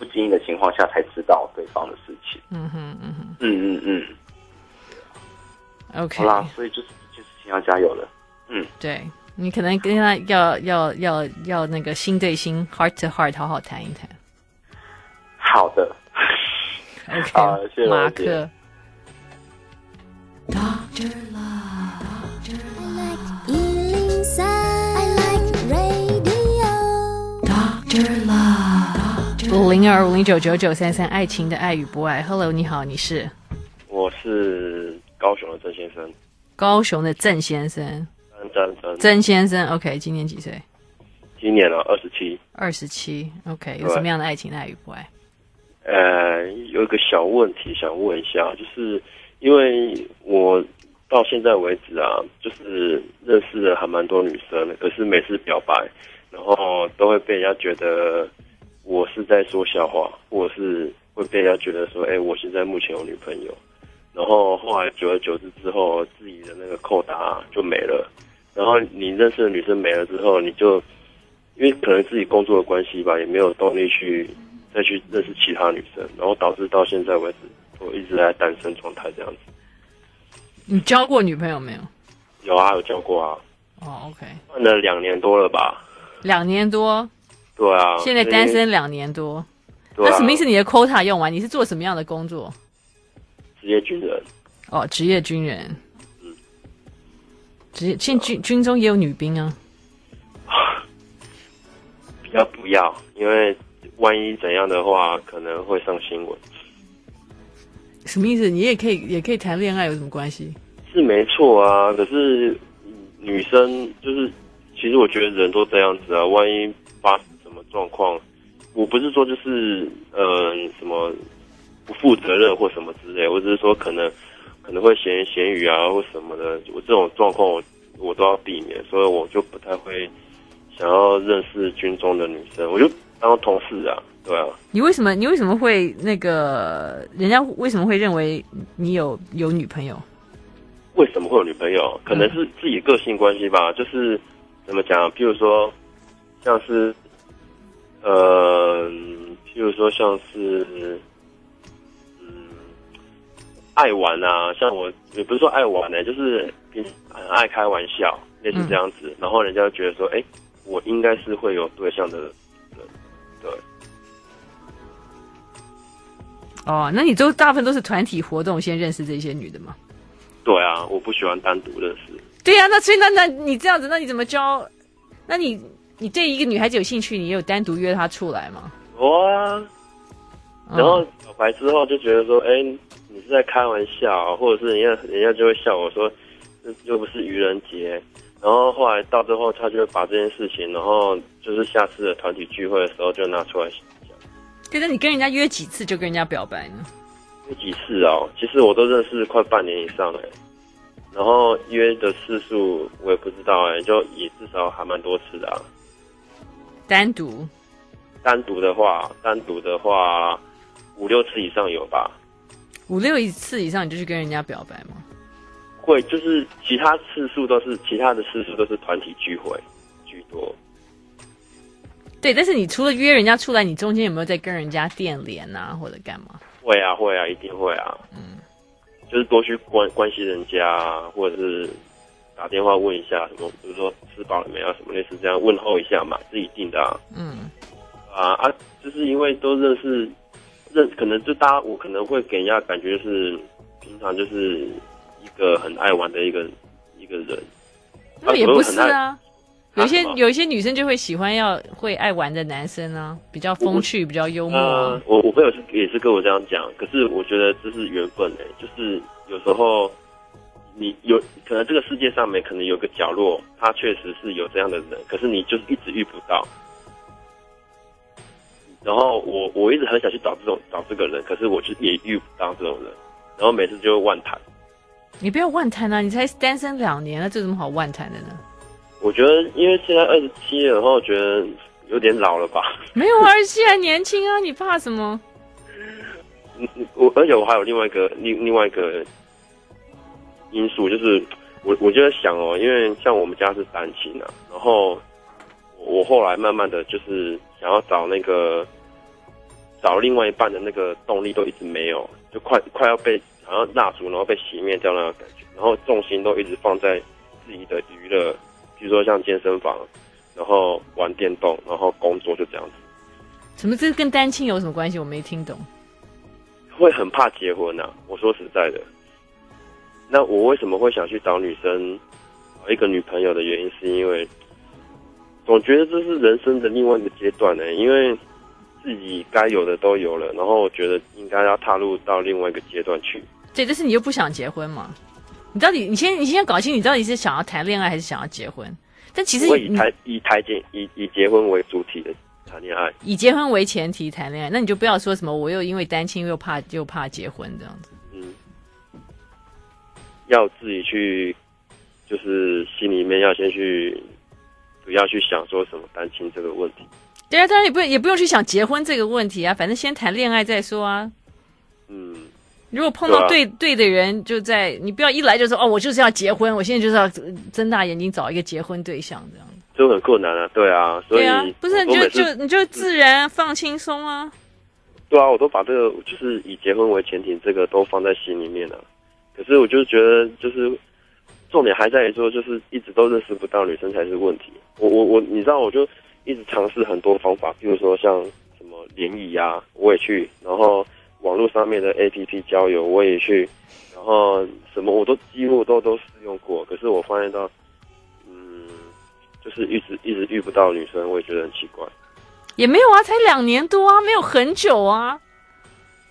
E: 不经意的情况下才知道对方的事情。
A: 嗯哼嗯哼
E: 嗯嗯嗯，好
A: ，OK，
E: 啦，所以就是这件事情要加油了。
A: 对你可能跟他要要要要那个心对心，heart to heart，好好谈一谈。
E: 好的，
A: OK，
E: 好谢谢
A: 马
E: 罗姐
A: 克。
D: I like Ealing Sound. I like radio.
A: 零二五零九九九三三，爱情的爱与不爱。Hello，你好，你是
G: 我是高雄的郑先生，
A: 高雄的郑先生，
G: 张张张，
A: 郑先生，OK，今年几岁？
G: 今年了二十七，
A: 二十七，OK，有
G: 对
A: 什么样的爱情的爱与不爱？
G: 呃，有一个小问题想问一下，就是因为我到现在为止啊，就是认识了还蛮多女生的，可是每次表白，然后都会被人家觉得我是在说笑话，或者是会被人家觉得说，哎、我现在目前有女朋友，然后后来久而久之之后，自己的那个扣打就没了，然后你认识的女生没了之后，你就因为可能自己工作的关系吧，也没有动力去再去认识其他女生，然后导致到现在为止，我一直在单身状态这样子。
A: 你交过女朋友没有？
G: 有啊，有交过啊，
A: 哦，OK，
G: 换了两年多了吧？
A: 两年多，
G: 对啊，
A: 现在单
G: 因为，
A: 身两年多，
G: 对啊、
A: 那什么意思？？你的 quota 用完，你是做什么样的工作？
G: 职业军人，
A: 哦，职业军人。
G: 嗯
A: 职业现在军军中也有女兵啊。
G: 比较不要，因为万一怎样的话，可能会上新闻。
A: 什么意思？你也可以也可以谈恋爱，有什么关系？
G: 是没错啊，可是嗯女生就是，其实我觉得人都这样子啊，万一发生什么状况，我不是说就是呃什么不负责任或什么之类，我只是说可能可能会闲言闲语啊或什么的，我这种状况我我都要避免，所以我就不太会想要认识军中的女生，我就当同事啊，对啊，
A: 你为什么你为什么会那个？人家为什么会认为你有有女朋友？
G: 为什么会有女朋友？可能是自己个性关系吧，就是怎么讲？譬如说，像是，呃，譬如说像是，嗯，爱玩啊，像我也不是说爱玩呢、欸就是平时很爱开玩笑，类似这样子。然后人家就觉得说，哎、我应该是会有对象的人，对，
A: 哦，那你都大部分都是团体活动先认识这些女的吗？
G: 对啊，我不喜欢单独认识。
A: 对呀、那所以那那你这样子，那你怎么教？那你你对一个女孩子有兴趣，你有单独约她出来吗？
G: 哇、
A: 嗯
G: 然后表白之后就觉得说，哎、你是在开玩笑，或者是人家人家就会笑我说，这又不是愚人节。然后后来到最后，他就会把这件事情，然后就是下次的团体聚会的时候就拿出来讲。
A: 对，那你跟人家约几次就跟人家表白呢？
G: 有几次哦，其实我都认识快半年以上哎，然后约的次数我也不知道哎，就也至少还蛮多次的、啊。
A: 单独
G: 单独的话，单独的话五六次以上有吧。
A: 五六一次以上，你就去跟人家表白吗？
G: 会，就是其他次数都是其他的次数都是团体聚会居多。
A: 对，但是你除了约人家出来，你中间有没有在跟人家电联啊，或者干嘛？
G: 会啊，会啊，一定会啊。嗯，就是多去关关心人家啊，或者是打电话问一下什么，比如说吃饱了没啊，什么类似这样问候一下嘛，是一定的啊。
A: 嗯，
G: 啊啊，就是因为都认识，认可能就大家我可能会给人家感觉就是平常就是一个很爱玩的一个一个人。
A: 那也
G: 可
A: 不
G: 很
A: 是
G: 爱
A: 啊。有一些
G: 什么
A: 有一些女生就会喜欢要会爱玩的男生啊，比较风趣，比较幽默啊、
G: 呃，我我朋友是也是跟我这样讲，可是我觉得这是缘分诶、就是有时候你有可能这个世界上面可能有个角落，他确实是有这样的人，可是你就是一直遇不到。然后我我一直很想去找这种找这个人，可是我就也遇不到这种人，然后每次就会万谈。
A: 你不要万谈啊！你才单身两年，那这有什么好万谈的呢？
G: 我觉得，因为现在二十七了，然后觉得有点老了吧。
A: 没有啊，而且还年轻啊，你怕什么？
G: 嗯嗯我而且我还有另外一个另另外一个因素，就是我我就在想哦，因为像我们家是单亲啊，然后我后来慢慢的就是想要找那个找另外一半的那个动力都一直没有，就快快要被好像蜡烛然后被熄灭掉那种感觉，然后重心都一直放在自己的娱乐，比如说像健身房，然后玩电动，然后工作就这样子。
A: 什么这跟单亲有什么关系？我没听懂。
G: 会很怕结婚呐、我说实在的，那我为什么会想去找女生找一个女朋友的原因，是因为总觉得这是人生的另外一个阶段呢、欸因为自己该有的都有了，然后我觉得应该要踏入到另外一个阶段去。
A: 对，但是你又不想结婚嘛？你到底你先你先搞清，你到底是想要谈恋爱还是想要结婚？但其实
G: 我以
A: 你
G: 台以台结以以结婚为主体的谈恋爱，
A: 以结婚为前提谈恋爱，那你就不要说什么我又因为单亲又怕又怕结婚这样子。
G: 嗯，要自己去，就是心里面要先去，不要去想说什么单亲这个问题。
A: 对啊，当然也不也不用去想结婚这个问题啊，反正先谈恋爱再说啊。
G: 嗯，
A: 如果碰到对
G: 对
A: 对的人，就在你不要一来就说哦，我就是要结婚，我现在就是要呃睁大眼睛找一个结婚对象这样。
G: 就很困难啊，对啊，所以
A: 对啊，不是你
G: 我
A: 就
G: 每次
A: 就你就自然放轻松啊。
G: 对啊，我都把这个就是以结婚为前提，这个都放在心里面了、可是我就觉得，就是重点还在于说，就是一直都认识不到女生才是问题。我我我，你知道，我就一直尝试很多方法，比如说像什么联谊啊，我也去，然后网络上面的 APP 交友我也去，然后什么我都几乎都都试用过。可是我发现到，嗯，就是一直一直遇不到女生，我也觉得很奇怪。
A: 也没有啊，才两年多啊，没有很久啊。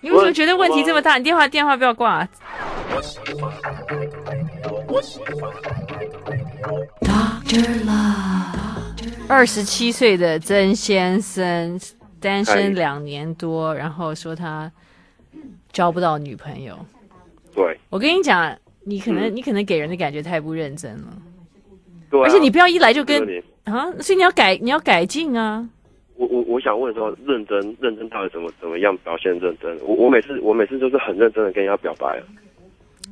A: 你为什么觉得问题这么大？你电话电话不要挂、啊。二十七岁的曾先生单
G: 哎
A: 身两年多，然后说他交不到女朋友。
G: 对，
A: 我跟你讲，你可能、你可能给人的感觉太不认真了，
G: 嗯对啊、
A: 而且你不要一来就跟
G: 有点
A: 啊，所以你要改你要改进啊。
G: 我我我想问说，认真认真到底怎么怎么样表现认真？我我每次我每次就是很认真的跟人家表白了，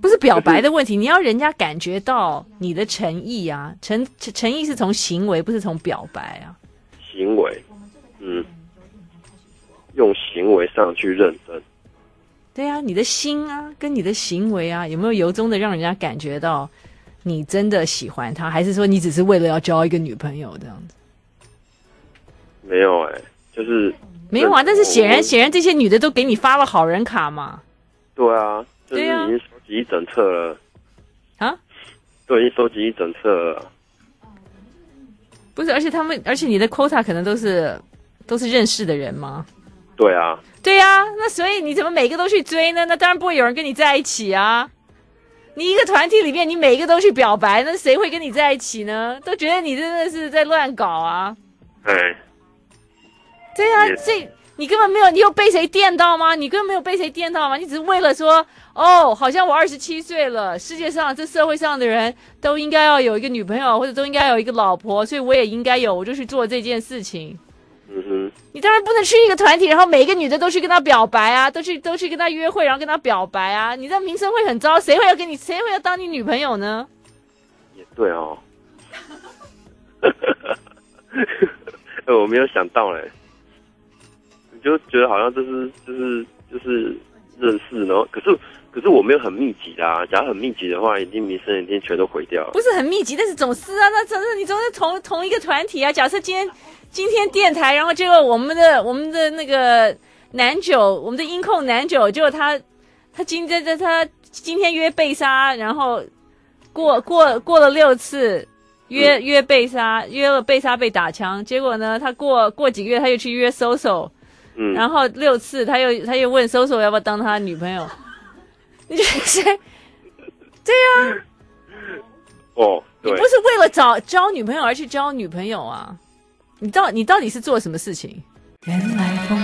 A: 不是表白的问题，你要人家感觉到你的诚意啊，诚诚诚意是从行为，不是从表白啊。
G: 行为，嗯，用行为上去认真，
A: 对啊，你的心啊，跟你的行为啊，有没有由衷的让人家感觉到你真的喜欢他，还是说你只是为了要交一个女朋友这样子？
G: 没有哎、就是
A: 没有啊，
G: 对
A: 但是显然
G: 我
A: 显然这些女的都给你发了好人卡嘛。
G: 对啊，就是
A: 对啊
G: 已经收集一整册了
A: 啊，
G: 对，已经收集一整册了，
A: 不是，而且他们，而且你的 quota 可能都是都是认识的人吗？
G: 对啊，
A: 对呀、那所以你怎么每个都去追呢？那当然不会有人跟你在一起啊。你一个团体里面，你每一个都去表白，那谁会跟你在一起呢？都觉得你真的是在乱搞啊！
G: 哎、
A: 对啊
G: 也，
A: 这你根本没有，你有被谁电到吗？你根本没有被谁电到吗？你只是为了说，哦，好像我二十七岁了，世界上这社会上的人都应该要有一个女朋友，或者都应该有一个老婆，所以我也应该有，我就去做这件事情。
G: 嗯哼，
A: 你当然不能去一个团体，然后每一个女的都去跟他表白啊，都去都去跟他约会，然后跟他表白啊，你这名声会很糟，谁会要跟你，谁会要当你女朋友呢？
G: 也对哦， 哎我没有想到哎、你就觉得好像这是就是就是认识，然后可是可是我没有很密集啦、假如很密集的话，一定名声一定全都毁掉了
A: 不。是很密集，但是总是啊，那总是你总是同同一个团体啊。假设今天今天电台，然后结果我们的我们的那个男九，我们的音控男九，结果他他今天他他今天约贝莎，然后过过过了六次。约约贝莎，约了贝莎被打枪，结果呢，他过过几个月他又去约 Soso，
G: 嗯，
A: 然后六次他又他又问 Soso 要不要当他女朋友， 你觉得谁？
G: 哦，
A: 你
G: 对
A: 不，是为了找交女朋友而去交女朋友啊？你到你到底是做什么事情？
C: 原来风